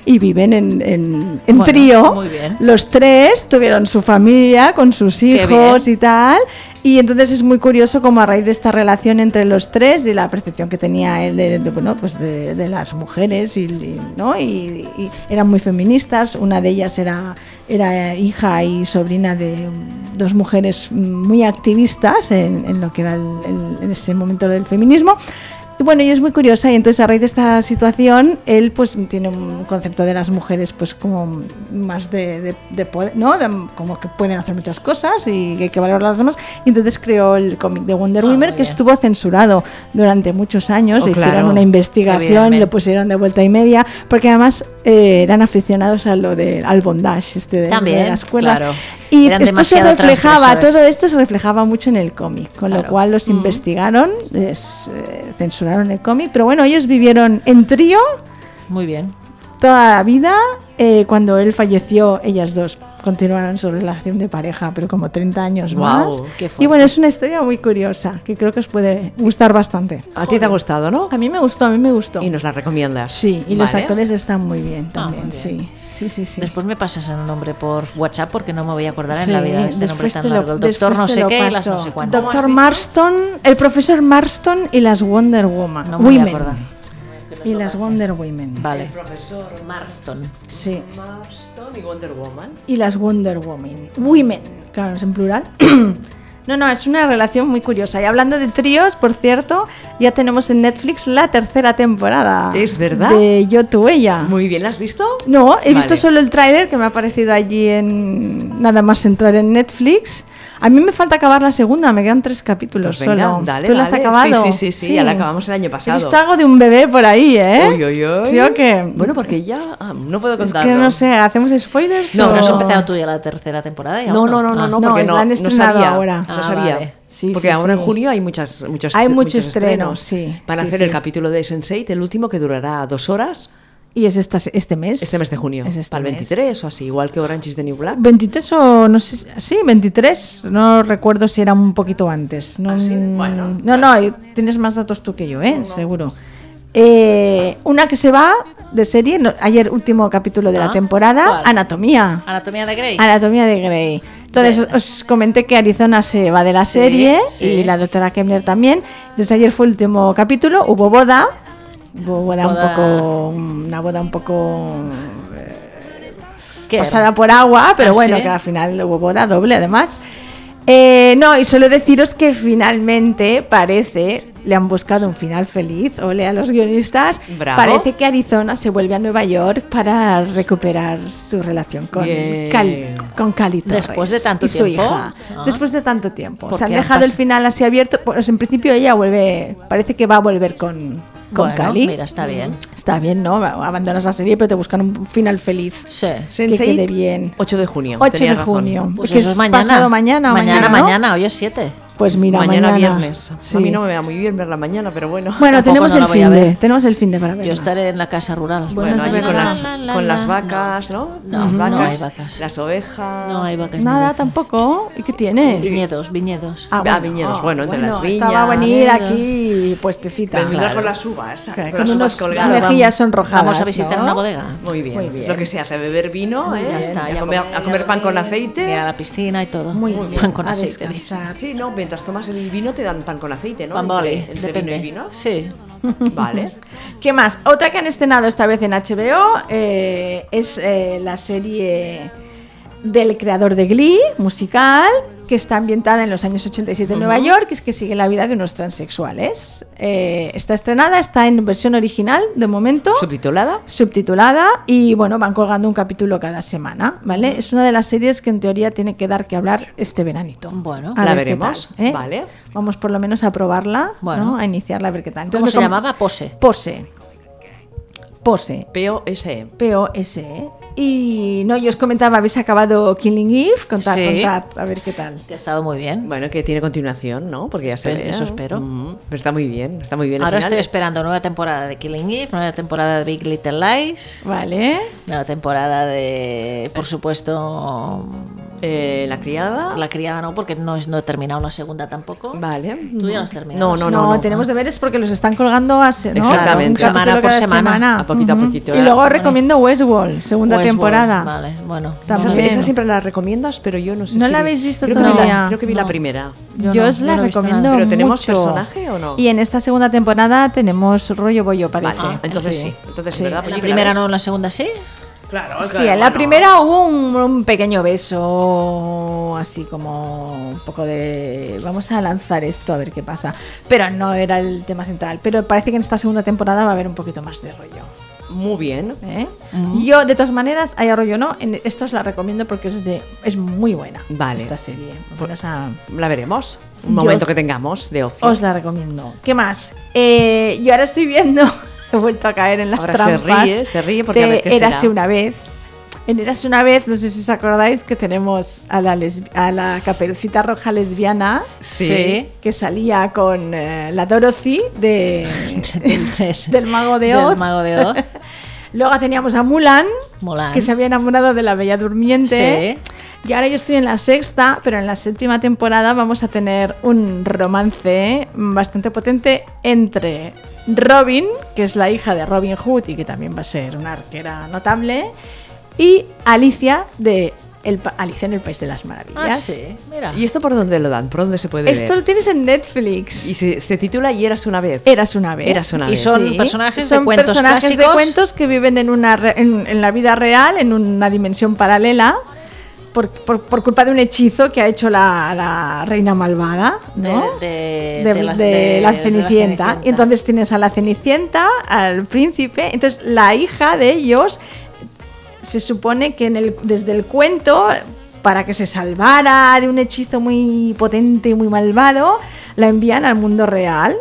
S8: y viven en, en- en
S2: Bueno,
S8: trío.
S2: muy bien.
S8: Los tres tuvieron su familia con sus hijos
S2: bien.
S8: y tal. Y entonces es muy curioso como a raíz de esta relación entre los tres y la percepción que tenía él de, de, bueno, pues de, de las mujeres y, y- ¿no? Y- y eran muy feministas. Una de ellas era, era hija y sobrina de dos mujeres muy activistas en, en lo que era el- el- en ese momento del feminismo. Y bueno, y es muy curiosa y entonces a raíz de esta situación él pues tiene un concepto de las mujeres pues como más de, de, de poder, ¿no? De- como que pueden hacer muchas cosas y que hay que valorarlas más. Y entonces creó el cómic de Wonder
S2: Ah,
S8: Woman
S2: muy
S8: que
S2: bien.
S8: estuvo censurado durante muchos años,
S1: Oh,
S8: le hicieron
S1: claro,
S8: una investigación, le
S2: evidentemente.
S8: pusieron de vuelta y media, porque además eh, eran aficionados a lo del al bondage, este de,
S2: También,
S8: de las cuerdas.
S2: claro.
S8: Y
S2: Eran
S8: esto se
S2: demasiado
S8: reflejaba,
S2: transgresores.
S8: todo esto se reflejaba mucho en el cómic, con lo
S2: Claro.
S8: cual los investigaron, les eh, censuraron el cómic, pero bueno, ellos vivieron en trío
S2: Muy bien.
S8: toda la vida. eh, cuando él falleció, ellas dos continuaron su relación de pareja, pero como 30 años
S1: Guau,
S8: más.
S2: qué
S8: Y bueno,
S2: fuerte.
S8: es una historia muy curiosa, que creo que os puede gustar bastante.
S1: A ti te ha gustado, ¿no?
S8: A mí me gustó, a mí me gustó.
S1: Y nos la recomiendas.
S8: Sí, y los
S1: Vale.
S8: actores están muy bien también,
S2: muy bien.
S8: sí. Sí, sí, sí.
S2: Después me pasas el nombre por WhatsApp porque no me voy a acordar en la
S8: Sí,
S2: vida de este nombre
S8: después
S2: tan
S8: te lo-
S2: largo. El doctor
S8: después
S2: no
S8: te
S2: sé
S8: lo
S2: qué y las no
S8: paso.
S2: sé cuánto.
S8: Doctor Marston, el profesor Marston y las Wonder Woman.
S2: No me voy a
S8: Women.
S2: acordar.
S8: Y las Wonder Women.
S2: Vale. Profesor Marston.
S8: Sí.
S1: Marston y Wonder Woman.
S8: Y las Wonder Woman. Women. Claro, es en plural. No, no, es una relación muy curiosa. Y hablando de tríos, por cierto, ya tenemos en Netflix la tercera temporada.
S1: Es verdad.
S8: De Yo, tu, ella.
S1: Muy bien, ¿la has visto?
S8: No, he visto
S1: Vale.
S8: solo el tráiler que me ha aparecido allí en nada más entrar en Netflix. A mí me falta acabar la segunda, me quedan tres capítulos
S1: Pues venga,
S8: solo.
S1: dale,
S8: ¿Tú la has
S1: dale.
S8: acabado?
S1: Sí, sí, sí, sí, ya la acabamos el año pasado.
S8: He visto algo de un bebé por ahí, ¿eh?
S1: Uy, uy, uy.
S8: Creo que
S1: Bueno, porque ya. ah, no puedo
S8: es
S1: contarlo.
S8: que no sé, hacemos spoilers.
S1: No,
S8: o-
S2: Pero
S1: no
S2: has empezado tú ya la tercera temporada. y
S1: No,
S2: aún
S1: no, no, no,
S2: Ah.
S1: no,
S8: no,
S1: porque
S8: la
S1: no,
S8: han
S1: no
S8: estrenado
S1: sabía.
S8: ahora.
S1: No
S2: Ah,
S1: sabía.
S2: vale.
S8: Sí,
S1: porque
S8: sí,
S1: ahora en
S8: sí.
S1: junio hay muchas, muchos,
S8: Hay
S1: estre-
S8: mucho estreno,
S1: estrenos.
S8: sí,
S1: Van a
S8: sí,
S1: hacer el
S8: sí.
S1: capítulo de Sense8, el último que durará dos horas.
S8: Y es esta- este mes.
S1: Este mes de junio,
S8: Es este
S1: para el
S8: mes.
S1: 23 o así, igual que Orange is the New Black.
S8: 23 o no sé, si- sí, 23, no recuerdo si era un poquito antes. No, mm,
S1: Ah, sí, bueno.
S8: no, no, y tienes más datos tú que yo, ¿eh? seguro. Eh, una que se va de serie, no, ayer último capítulo de
S2: Ah,
S8: la temporada,
S2: ¿cuál?
S8: Anatomía.
S2: Anatomía de Grey.
S8: Anatomía de Grey. Entonces os- os comenté que Arizona se va de la
S2: Sí,
S8: serie
S2: sí.
S8: y la doctora Kemler también. Entonces ayer fue el último capítulo, hubo boda, hubo
S2: Boda.
S8: boda, un poco, una boda un poco
S2: ¿Qué era?
S8: pasada por agua, pero
S2: ¿Ah,
S8: bueno,
S2: sí?
S8: que al final hubo boda doble además. Eh, no, y solo deciros que finalmente parece, le han buscado un final feliz, ole a los guionistas,
S1: Bravo.
S8: parece que Arizona se vuelve a Nueva York para recuperar su relación con,
S1: Bien.
S8: Cali, con Cali Torres
S2: Después de tanto
S8: y su
S2: tiempo.
S8: hija.
S2: Ah.
S8: Después de tanto tiempo.
S2: ¿Por
S8: Se han
S2: qué han
S8: dejado el
S2: pas-
S8: final así abierto, pues en principio ella vuelve, parece que va a volver con, con
S2: Bueno,
S8: Cali.
S2: mira, está bien.
S8: Está bien, ¿no? Abandonas la serie, pero te buscan un final feliz.
S2: Sí.
S1: Sense8,
S8: quede bien.
S1: 8 de junio.
S8: 8
S1: tenía
S8: de
S1: razón.
S8: junio.
S2: Pues
S8: que
S2: eso es mañana.
S8: pasado mañana. o
S2: mañana,
S8: ¿no?
S2: mañana, hoy es 7.
S8: Pues mira,
S1: mañana,
S8: mañana,
S1: viernes.
S8: Sí.
S1: A mí no me va muy bien verla mañana, pero bueno.
S8: Bueno,
S2: Tampoco
S8: tenemos
S2: no la
S8: el
S2: voy a
S8: fin de,
S2: ver.
S8: tenemos el fin de para
S2: Yo
S8: verla.
S2: estaré en la casa rural.
S1: Bueno,
S2: La,
S1: allí
S2: la,
S1: con
S2: la,
S1: las,
S2: la, la,
S1: con las
S2: la.
S1: vacas, ¿no?
S2: No,
S1: las
S2: no
S1: vacas,
S2: hay vacas.
S1: Las ovejas.
S2: No hay vacas. ni
S8: Nada,
S2: vacas.
S8: tampoco. ¿Y qué tienes?
S2: Viñedos, viñedos.
S1: Ah, viñedos, bueno, entre las viñas.
S8: Estaba a venir
S2: Viñedos.
S8: aquí puestecita.
S1: Vendrá
S2: Claro.
S1: con las uvas.
S8: Claro,
S1: con
S8: con
S1: las
S8: unos
S1: uvas colgadas.
S8: mejillas. sonrojadas,
S2: Vamos a visitar
S8: ¿no?
S2: una bodega.
S1: Muy bien.
S8: Muy bien.
S1: Lo que se hace, beber vino, ¿eh?
S2: Ya está,
S1: a,
S2: ya
S1: comer,
S2: comí,
S1: a comer pan con aceite.
S2: Ir a la piscina y todo.
S8: Muy bien.
S2: Pan con
S8: a
S2: aceite. dice.
S8: descansar.
S1: Sí, no, mientras tomas el vino te dan pan con aceite, ¿no?
S2: Pan
S1: Entre-
S2: boli,
S1: entre,
S2: depende.
S1: vino y
S2: Sí.
S1: vino. Vale.
S8: ¿Qué más? Otra que han estrenado esta vez en HBO eh, es eh, la serie del creador de Glee, musical, que está ambientada en los años 87 en Nueva York, que es que sigue la vida de unos transexuales. Eh, está estrenada, está en versión original de momento.
S1: ¿Subtitulada?
S8: subtitulada y bueno, van colgando un capítulo cada semana, ¿vale? Es una de las series que en teoría tiene que dar que hablar este veranito.
S2: Bueno.
S8: A
S1: La
S8: ver qué
S1: veremos,
S8: tal, ¿eh?
S1: vale.
S8: Vamos por lo menos a probarla,
S2: Bueno.
S8: ¿no? A iniciarla, a ver qué tal.
S2: ¿Cómo
S8: me
S2: se
S8: com-
S2: llamaba? Pose.
S8: Pose. Pose.
S1: POSE.
S8: P-O-S-E. E. Y no, yo os comentaba, habéis acabado Killing Eve. Contad,
S2: Sí.
S8: contad, a ver qué tal.
S2: Que ha estado muy bien.
S1: Bueno, que tiene continuación, ¿no? Porque ya se
S2: Espero-
S1: ve.
S2: eso
S1: ¿no?
S2: espero.
S1: Mm, pero está muy bien, está muy bien. el
S2: Ahora
S1: final.
S2: estoy esperando nueva temporada de Killing Eve, nueva temporada de Big Little Lies,
S8: Vale.
S2: nueva temporada de, por supuesto,
S1: Eh, la criada.
S2: La criada no, porque no, es, no he terminado la segunda tampoco.
S1: Vale.
S2: Tú ya las terminas.
S1: No, no,
S8: No,
S1: no. no.
S8: tenemos deberes porque los están colgando a se- ¿no?
S1: Exactamente.
S8: Un capítulo
S2: Semana por
S8: cada
S2: semana,
S1: a poquito a poquito,
S8: Y
S1: cada
S8: luego
S1: semana.
S8: recomiendo Westworld, segunda
S2: Westworld,
S8: temporada.
S2: Vale, bueno.
S8: También.
S1: Esa, sí-
S8: Bueno.
S1: esa siempre la recomiendas, pero yo no sé
S8: ¿No
S1: si
S8: la
S1: vi-
S8: habéis visto
S1: creo que vi la-
S8: todavía? Ah,
S1: creo que vi la
S2: No.
S1: primera.
S8: Yo,
S2: no-
S8: os
S2: yo
S8: la
S2: no he visto
S8: recomiendo
S2: nada.
S1: ¿Pero tenemos
S8: mucho.
S1: personaje o no?
S8: Y en esta segunda temporada tenemos rollo bollo, parece.
S1: Vale, Ah, entonces sí.
S2: sí.
S1: Entonces,
S8: Sí.
S1: ¿verdad? pues
S2: En la
S1: Porque
S2: primera
S1: ves-
S2: no, en la segunda sí.
S1: Claro,
S8: Sí,
S1: claro,
S8: en la
S1: bueno.
S8: primera hubo un, un pequeño beso, así como un poco de... Vamos a lanzar esto a ver qué pasa. Pero no era el tema central. Pero parece que en esta segunda temporada va a haber un poquito más de rollo.
S1: Muy bien.
S8: ¿eh? Yo, de todas maneras, hay rollo no, en, esta os la recomiendo porque es, de, es muy buena
S1: Vale.
S8: esta serie. Vamos a-
S1: La veremos. Un
S8: Yo
S1: momento
S8: os-
S1: que tengamos de ocio.
S8: Os la recomiendo. ¿Qué más? Eh, yo ahora estoy viendo. He vuelto a caer en las
S1: Ahora se
S8: trampas.
S1: ríe, se ríe porque a
S8: de
S1: ver qué
S8: Érase
S1: será.
S8: una vez. En Érase una vez, no sé si os acordáis que tenemos a la, lesb- a la caperucita roja lesbiana
S1: Sí.
S8: que salía con eh, la Dorothy de, del mago de Oz.
S2: Del Mago de Oz.
S8: Luego teníamos a Mulan,
S2: Mulan.
S8: que se había enamorado de la Bella Durmiente. Y ahora yo estoy en la sexta, pero en la séptima temporada vamos a tener un romance bastante potente entre Robin, que es la hija de Robin Hood y que también va a ser una arquera notable, y Alicia de el pa- Alicia en el País de las Maravillas.
S2: Ah, sí. Mira.
S1: ¿Y esto por dónde lo dan? ¿Por dónde se puede
S8: Esto lo
S1: ver?
S8: tienes en Netflix.
S1: Y se, se titula Y eras una vez.
S8: Eras una vez.
S1: Eras una
S2: Y
S1: vez.
S2: son- personajes de
S8: Son
S2: cuentos
S8: personajes de
S2: clásicos.
S8: cuentos que viven en, una re- en, en la vida real, en una dimensión paralela, por, por- por culpa de un hechizo que ha hecho la, la reina malvada, ¿no?
S2: De, de-
S8: de,
S2: de la,
S8: de la Cenicienta. Y entonces tienes a la Cenicienta, al príncipe, entonces la hija de ellos se supone que en el- desde el cuento, para que se salvara de un hechizo muy potente y muy malvado, la envían al mundo real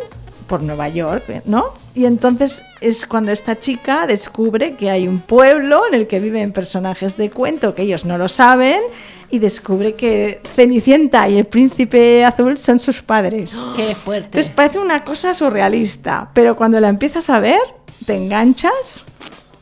S8: por Nueva York, ¿no? Y entonces es cuando esta chica descubre que hay un pueblo en el que viven personajes de cuento que ellos no lo saben y descubre que Cenicienta y el príncipe azul son sus padres.
S2: Qué fuerte.
S8: Entonces parece una cosa surrealista, pero cuando la empiezas a ver, te enganchas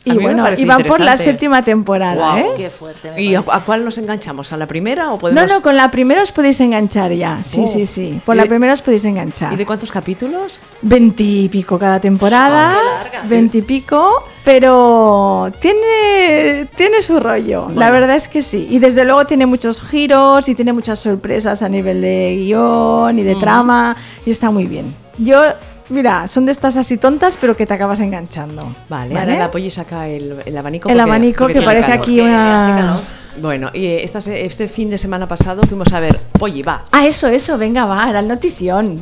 S1: A
S8: Y
S1: mí me
S8: bueno,
S1: parece
S8: y van por la
S1: interesante.
S8: séptima temporada,
S1: Guau,
S8: ¿eh?
S2: Qué fuerte. me
S1: ¿Y a,
S2: parece.
S1: a cuál nos enganchamos? ¿A la primera o podemos.?
S8: No, no, con la primera os podéis enganchar ya. Sí,
S1: Oh.
S8: sí, sí. Por
S1: ¿Y
S8: la
S1: de-
S8: primera os podéis enganchar.
S1: ¿Y de cuántos capítulos?
S8: Veintipico cada temporada. Veintipico. Pero tiene, tiene su rollo. La verdad es que sí. Y desde luego tiene muchos giros y tiene muchas sorpresas a nivel de guión y
S1: Mm.
S8: de trama. Y está muy bien. Yo, mira, son de estas así tontas, pero que te acabas enganchando.
S1: Vale, ahora la apoyes acá el, el abanico.
S8: El
S1: porque-
S8: abanico
S1: porque
S8: que
S1: tiene
S8: parece
S1: calor.
S8: aquí una.
S1: Bueno, y eh, esta se- este fin de semana pasado fuimos a ver Polly va.
S8: Ah, eso, eso, venga, va, era el notición.
S1: No, no, no,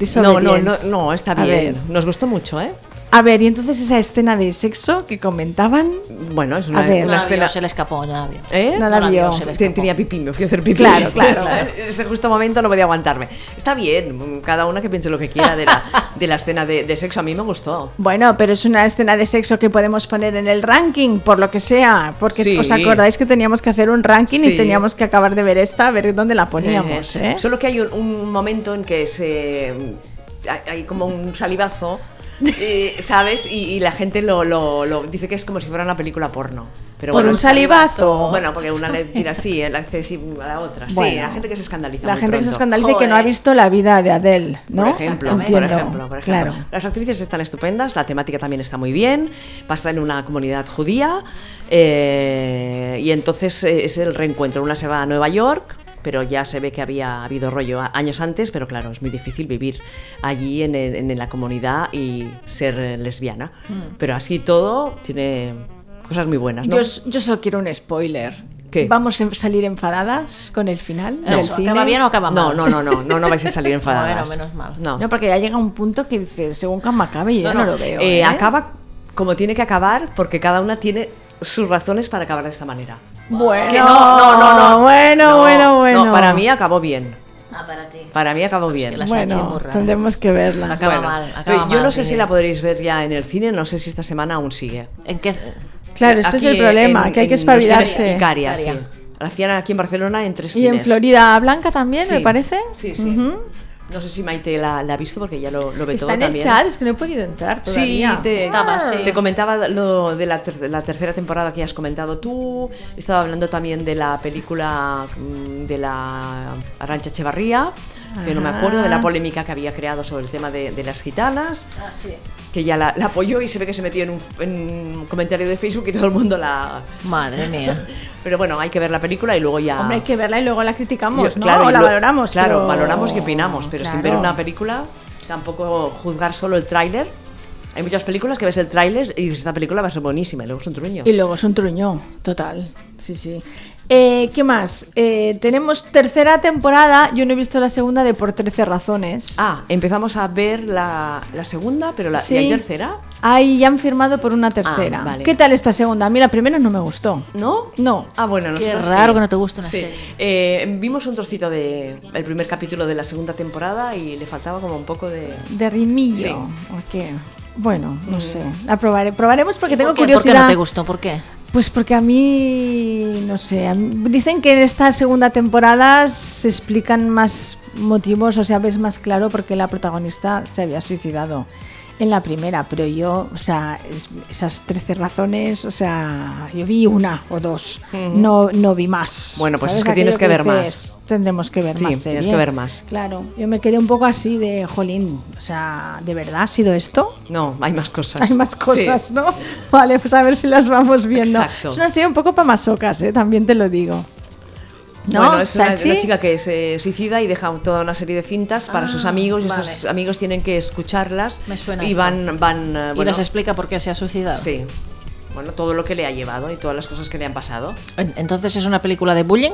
S8: Disobedience.
S1: no, está
S8: A
S1: bien.
S8: ver.
S1: Nos gustó mucho, ¿eh?
S8: A ver, y entonces esa escena de sexo que comentaban,
S1: Bueno, es una,
S8: A ver.
S2: No
S1: una
S2: la
S1: escena.
S2: vio, se le escapó, no la vio.
S1: ¿Eh?
S8: No la vio.
S2: se le
S1: Te-
S2: escapó.
S1: Tenía pipí, me fui a hacer pipí.
S8: Claro, claro.
S1: En ese justo momento no podía aguantarme. Está bien, cada una que piense lo que quiera de la, de la escena de, de sexo. A mí me gustó.
S8: bueno, pero es una escena de sexo que podemos poner en el ranking, por lo que sea, porque
S1: Sí.
S8: os acordáis que teníamos que hacer un ranking
S1: Sí.
S8: y teníamos que acabar de ver esta, a ver dónde la poníamos,
S1: Eh,
S8: ¿eh?
S1: Solo que hay un, un momento en que se hay, hay como un salivazo, eh, ¿sabes? Y, y la gente lo, lo- lo dice que es como si fuera una película porno. Pero
S8: ¿Por
S1: bueno,
S8: un salivazo?
S1: Bueno, porque una le tira así, eh, la hace sí a la otra. sí,
S8: Bueno.
S1: la gente que se escandaliza.
S8: La
S1: muy
S8: gente que se
S1: pronto.
S8: escandaliza y que no ha
S2: Joder.
S8: visto la vida de Adele, ¿no?
S1: Por ejemplo, por
S8: Entiendo.
S1: ejemplo, por ejemplo.
S8: Claro.
S1: Las actrices están estupendas, la temática también está muy bien, pasa en una comunidad judía eh, y entonces eh, es el reencuentro. Una se va a Nueva York, pero ya se ve que había habido rollo a- años antes, pero claro, es muy difícil vivir allí en, el- en la comunidad y ser eh, lesbiana. Pero así todo tiene cosas muy buenas, ¿no?
S8: Yo, s- yo solo quiero un spoiler.
S1: ¿Qué?
S8: ¿Vamos a salir enfadadas con el final del
S2: Eso,
S8: cine?
S2: ¿Acaba bien o acaba
S1: no,
S2: mal?
S1: no, no, no, no, no vais a salir enfadadas.
S2: Bueno, menos mal.
S1: No.
S8: No, porque ya llega un punto que dice, según cómo acabe, yo ya no, lo veo.
S1: Eh,
S8: ¿eh?
S1: Acaba como tiene que acabar porque cada una tiene sus razones para acabar de esta manera.
S8: Bueno,
S1: Que no, no, no, no.
S8: Bueno,
S1: No,
S8: bueno,
S1: no,
S8: bueno.
S1: para mí acabó bien.
S2: Ah, para ti.
S1: Para mí acabó bien.
S2: que las- Sachi es
S8: Bueno,
S2: muy rara.
S8: tendremos que verla.
S2: Acaba
S1: Bueno,
S2: mal, acaba
S1: pero yo
S2: mal,
S1: no sé
S2: sí.
S1: si la podréis ver ya en el cine, no sé si esta semana aún sigue.
S2: ¿En qué?
S8: Claro, este es
S1: Aquí
S8: el problema,
S1: en-
S8: que hay que
S1: en los cines
S8: espabilarse.
S1: Icaria, sí.
S2: Icaria.
S1: La hacían aquí en Barcelona en tres
S8: Y en
S1: cines.
S8: Florida Blanca también,
S1: Sí.
S8: me parece.
S1: Sí, sí.
S8: Ujú.
S1: No sé si Maite la, la ha visto porque ya lo, lo ve todo
S8: Está en el
S1: también.
S8: chat, es que no he podido entrar
S1: Sí,
S8: todavía.
S1: te,
S2: Estaba, sí.
S1: te comentaba lo de la, ter- la tercera temporada que has comentado tú. Estaba hablando también de la película mm, de la Arancha Echevarría, que no me acuerdo, de la polémica que había creado sobre el tema de, de las gitanas,
S2: Ah, sí.
S1: que ya la, la apoyó y se ve que se metió en un, en un comentario de Facebook y todo el mundo la.
S2: Madre mía.
S1: Pero bueno, hay que ver la película y luego ya.
S8: Hombre, hay que verla y luego la criticamos,
S1: Yo-
S8: ¿no?
S1: claro,
S8: o
S1: y
S8: la
S1: lo-
S8: valoramos.
S1: Claro,
S8: pero-
S1: valoramos y opinamos, pero sin ver
S8: Claro.
S1: una película, tampoco juzgar solo el tráiler. Hay muchas películas que ves el tráiler y dices, esta película va a ser buenísima, y luego es un truño.
S8: Y luego es un truño, total. Sí, sí. Eh, ¿Qué más? Eh, tenemos tercera temporada. Yo no he visto la segunda de Por 13 Razones.
S1: Ah, empezamos a ver la, la segunda, pero la, ¿y hay
S8: Sí.
S1: tercera,
S8: Ahí ya han firmado por una tercera.
S1: Ah, vale.
S8: ¿Qué tal esta segunda? A mí la primera no me gustó.
S1: ¿no?
S8: No.
S1: Ah, bueno,
S2: Qué
S1: nosotros
S2: raro
S1: sí.
S2: que no te guste una
S1: Sí.
S2: serie.
S1: Eh, vimos un trocito del primer capítulo de la segunda temporada y le faltaba como un poco de...
S8: De rimillo.
S1: Sí.
S8: ¿O qué? Bueno, no sé. La probaré. Probaremos porque tengo
S2: Mm. ¿Por qué? ¿Por
S8: curiosidad.
S2: qué no te gustó? ¿Por qué?
S8: Pues porque a mí, no sé, a mí- dicen que en esta segunda temporada se explican más motivos, o sea, ves más claro porque la protagonista se había suicidado en la primera, pero yo, o sea, es- esas 13 razones, o sea, yo vi una o dos, no, no vi más.
S1: Bueno, pues es que
S8: Aquello
S1: tienes que ver
S8: dices, Tendremos que ver
S1: Sí,
S8: más.
S1: tienes
S8: serie".
S1: que ver más.
S8: Claro, yo me quedé un poco así de, jolín, o sea, ¿de verdad ha sido esto?
S1: No, hay más cosas.
S8: Hay más
S1: Sí.
S8: cosas, ¿no? Vale, pues a ver si las vamos viendo.
S1: Exacto.
S8: Es una serie un poco para masocas, ¿eh? también te lo digo. ¿No?
S1: bueno, es una,
S8: Sachi?
S1: una chica que se suicida y deja toda una serie de cintas para
S8: Ah,
S1: sus amigos y
S2: vale.
S1: estos amigos tienen que escucharlas
S2: Me suena
S1: y
S2: esto.
S1: van, van eh,
S2: ¿Y
S1: bueno,
S2: les explica por qué se ha suicidado?
S1: sí, bueno, todo lo que le ha llevado y todas las cosas que le han pasado.
S2: En- Entonces es una película de bullying.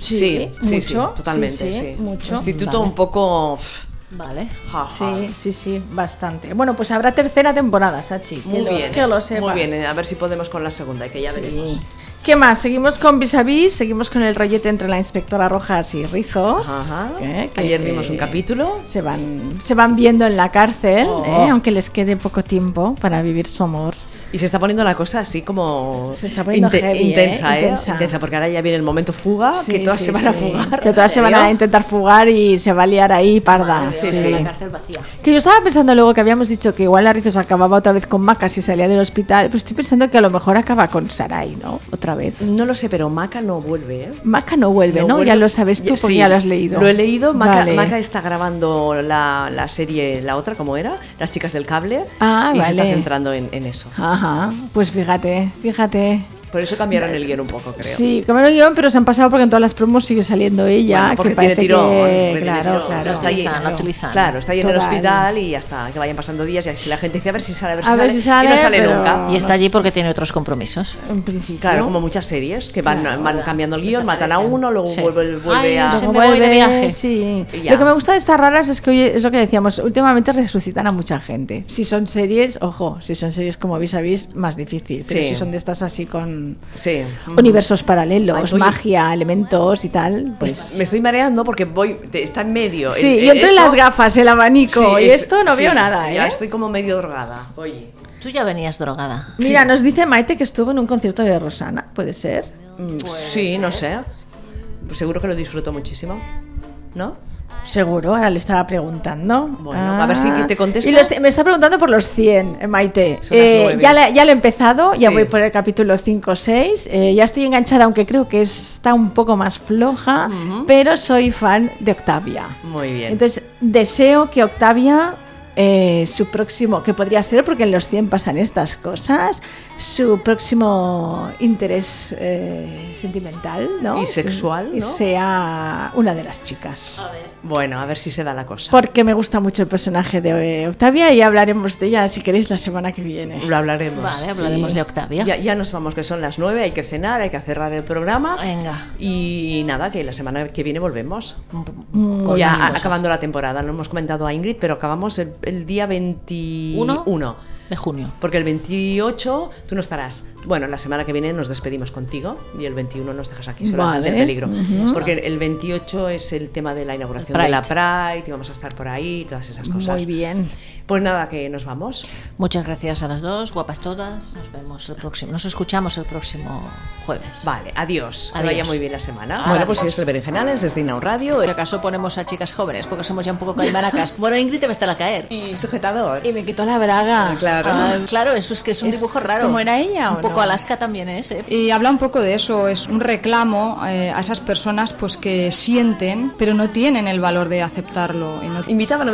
S1: sí, sí, sí,
S8: mucho,
S1: totalmente,
S8: sí, sí,
S1: sí.
S8: mucho.
S1: Instituto
S2: Vale.
S1: un poco pff,
S2: Vale.
S1: ja, ja.
S8: Sí, sí, sí, bastante. Bueno, pues habrá tercera temporada, Sachi. que
S1: Muy
S8: lo-
S1: bien,
S8: Que lo sepas.
S1: muy bien. eh, A ver si podemos con la segunda, que ya veremos.
S8: ¿Qué más? Seguimos con vis a vis, seguimos con el rollete entre la inspectora Rojas y Rizos.
S1: Ajá.
S8: ¿eh? Que-
S1: Ayer vimos un
S8: que-
S1: capítulo.
S8: se van, se van viendo en la cárcel,
S2: Oh.
S8: ¿eh? aunque les quede poco tiempo para vivir su amor.
S1: Y se está poniendo la cosa así como
S8: Se está poniendo heavy, ¿eh?
S1: intensa,
S8: Intensa.
S1: Intensa, porque ahora ya viene el momento fuga,
S8: Sí,
S1: Oh, que todas
S8: sí,
S1: se van a
S8: sí.
S1: fugar.
S8: Que todas se van a
S1: ¿Serio?
S8: intentar fugar y se va a liar ahí parda.
S2: Madre
S1: Sí,
S2: mía,
S1: sí.
S2: La cárcel vacía.
S8: Que yo estaba pensando luego que habíamos dicho que igual Arrizos acababa otra vez con Macas y salía del hospital, pero estoy pensando que a lo mejor acaba con Sarai, ¿no? Otra vez.
S1: No lo sé, pero Maca no vuelve, ¿eh?
S8: Maca no vuelve, ¿no?
S1: Mm. vuelve.
S8: Ya lo sabes tú
S1: Ya-
S8: porque
S1: sí,
S8: ya lo has leído.
S1: Lo he leído. Maca,
S8: Vale.
S1: Maca está grabando la, la serie, la otra, ¿cómo era? Las chicas del cable.
S8: Ah,
S1: y se está
S8: vale.
S1: centrando en, en eso.
S8: Ajá, pues fíjate, fíjate.
S1: Por eso cambiaron el guión un poco, creo.
S8: Sí, cambiaron el guión, pero se han pasado porque en todas las promos sigue saliendo ella.
S1: Bueno, porque
S8: que
S1: tiene
S8: parece
S1: tirón.
S8: que-
S1: porque tiene
S8: Claro,
S1: tirón.
S8: claro.
S1: Pero está ahí,
S2: Utilizan,
S1: claro.
S2: utilizan.
S1: Claro, está ahí en el
S8: Total.
S1: hospital y ya está. Que vayan pasando días y así la gente dice a ver si sale, a ver si,
S8: A ver
S1: sale,
S8: si sale,
S1: Y no sale
S8: pero-
S1: nunca.
S2: Y está allí porque tiene otros compromisos.
S8: En principio.
S1: Claro, como muchas series que van, van cambiando el guión, matan a uno, luego
S2: Sí.
S1: vuelve, vuelve
S2: Ay,
S1: a.
S2: se
S8: Luego
S2: me voy de
S8: vuelve,
S2: viaje.
S8: sí.
S1: Ah. Y ya.
S8: Lo que me gusta de estas raras es que hoy es lo que decíamos, últimamente resucitan a mucha gente. Si son series, ojo, si son series como vis a vis, más difícil. Pero
S1: Sí.
S8: si son de estas así con
S1: Sí.
S8: universos paralelos,
S1: Ay, oye.
S8: magia, elementos y tal, pues.
S1: Me estoy mareando porque voy, te- está en medio.
S8: Sí,
S1: El-
S8: yo entre
S1: esto-
S8: las gafas, el abanico
S1: Sí,
S8: y
S1: es-
S8: esto no
S1: sí,
S8: veo nada, ¿eh?
S1: Ya estoy como medio drogada. Oye.
S2: Tú ya venías drogada.
S8: Mira, nos dice Maite que estuvo en un concierto de Rosana, ¿puede ser?
S1: Mm, sí, no sé. Pues seguro que lo disfruto muchísimo. ¿No?
S8: Seguro, ahora le estaba preguntando. Ah,
S1: Bueno, a ver si te contesta.
S8: Y los- me está preguntando por los 100, eh, Maite.
S1: Son las
S8: Eh,
S1: nueve.
S8: ya, la- ya lo he empezado, ya
S1: Sí.
S8: voy por el capítulo 5 o 6. eh, ya estoy enganchada, aunque creo que está un poco más floja, pero soy fan de Octavia.
S1: Muy bien.
S8: Entonces, deseo que Octavia, eh, su próximo, que podría ser porque en los 100 pasan estas cosas, su próximo interés eh, sentimental ¿no?
S1: Y sexual,
S8: y
S1: ¿no?
S8: sea una de las chicas.
S1: Bueno, a ver si se da la cosa.
S8: Porque me gusta mucho el personaje de eh, Octavia y hablaremos de ella si queréis la semana que viene.
S1: Lo hablaremos.
S2: Vale, hablaremos de Octavia.
S1: Ya, ya nos vamos, que son las 9, hay que cenar, hay que cerrar el programa.
S2: Venga.
S1: Y nada, que la semana que viene volvemos.
S2: Mm,
S1: Mm,
S2: Con
S1: ya
S2: más
S1: a-
S2: cosas.
S1: acabando la temporada, lo hemos comentado a Ingrid, pero acabamos el, el día 21.
S2: Uno. De junio.
S1: Porque el 28 tú no estarás. Bueno, la semana que viene nos despedimos contigo y el 21 nos dejas aquí solo
S8: Vale.
S1: en peligro. Porque el 28 es el tema de la inauguración de la Pride y vamos a estar por ahí y todas esas cosas.
S8: Muy bien.
S1: Pues nada, que nos vamos.
S2: Muchas gracias a las dos, guapas todas. Nos vemos el próximo. Nos escuchamos el próximo jueves.
S1: Vale, adiós. Que
S2: Adiós.
S1: vaya muy bien la semana.
S2: Adiós.
S1: Bueno, pues es el Berenjenales desde Inau Radio.
S2: Si acaso ponemos a chicas jóvenes, porque somos ya un poco calmaracas. Bueno, Ingrid te va a estar a caer.
S1: Y sujetador.
S8: Y me quitó la braga.
S1: Claro.
S2: Ah, claro, eso es que es un
S8: Es-
S2: dibujo
S8: es
S2: raro.
S8: como era ella,
S2: Un
S8: ¿o
S2: poco
S8: no?
S2: Alaska también es, ¿eh?
S10: Y habla un poco de eso, es un reclamo eh, a esas personas pues que sienten, pero no tienen el valor de aceptarlo. y no-
S1: Invitaba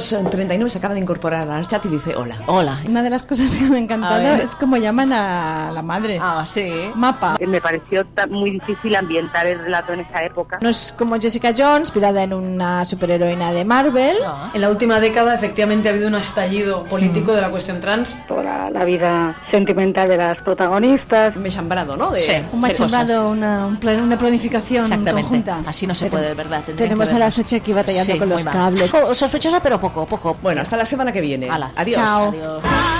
S1: 939, se acaba de incorporar al chat y dice hola.
S2: Hola.
S10: Una de las cosas que me ha
S2: A
S10: encantado
S2: ver.
S10: es cómo llaman a la madre.
S2: Ah, sí.
S10: Mapa.
S11: Me pareció ta- muy difícil ambientar el relato en esa época.
S8: No es como Jessica Jones, inspirada en una superheroína de Marvel.
S2: Ah.
S11: En la última década, efectivamente, ha habido un estallido político de la cuestión trans.
S6: Toda la vida sentimental de las protagonistas.
S1: Me he chambrado, ¿no? De-
S2: Sí.
S10: Un
S2: Qué cosa.
S10: machembrado, una, un plan- una planificación
S2: Exactamente.
S10: conjunta.
S2: Así no se puede, de verdad. tendrían
S8: tenemos
S2: que
S8: a la
S2: vernos.
S8: Sachi aquí batallando con
S2: muy
S8: los
S2: mal.
S8: cables.
S2: Co- Sospechosa, pero poco, poco.
S1: Bueno, hasta la semana que viene.
S2: Hala.
S1: Adiós.
S2: Adiós.
S4: Adiós.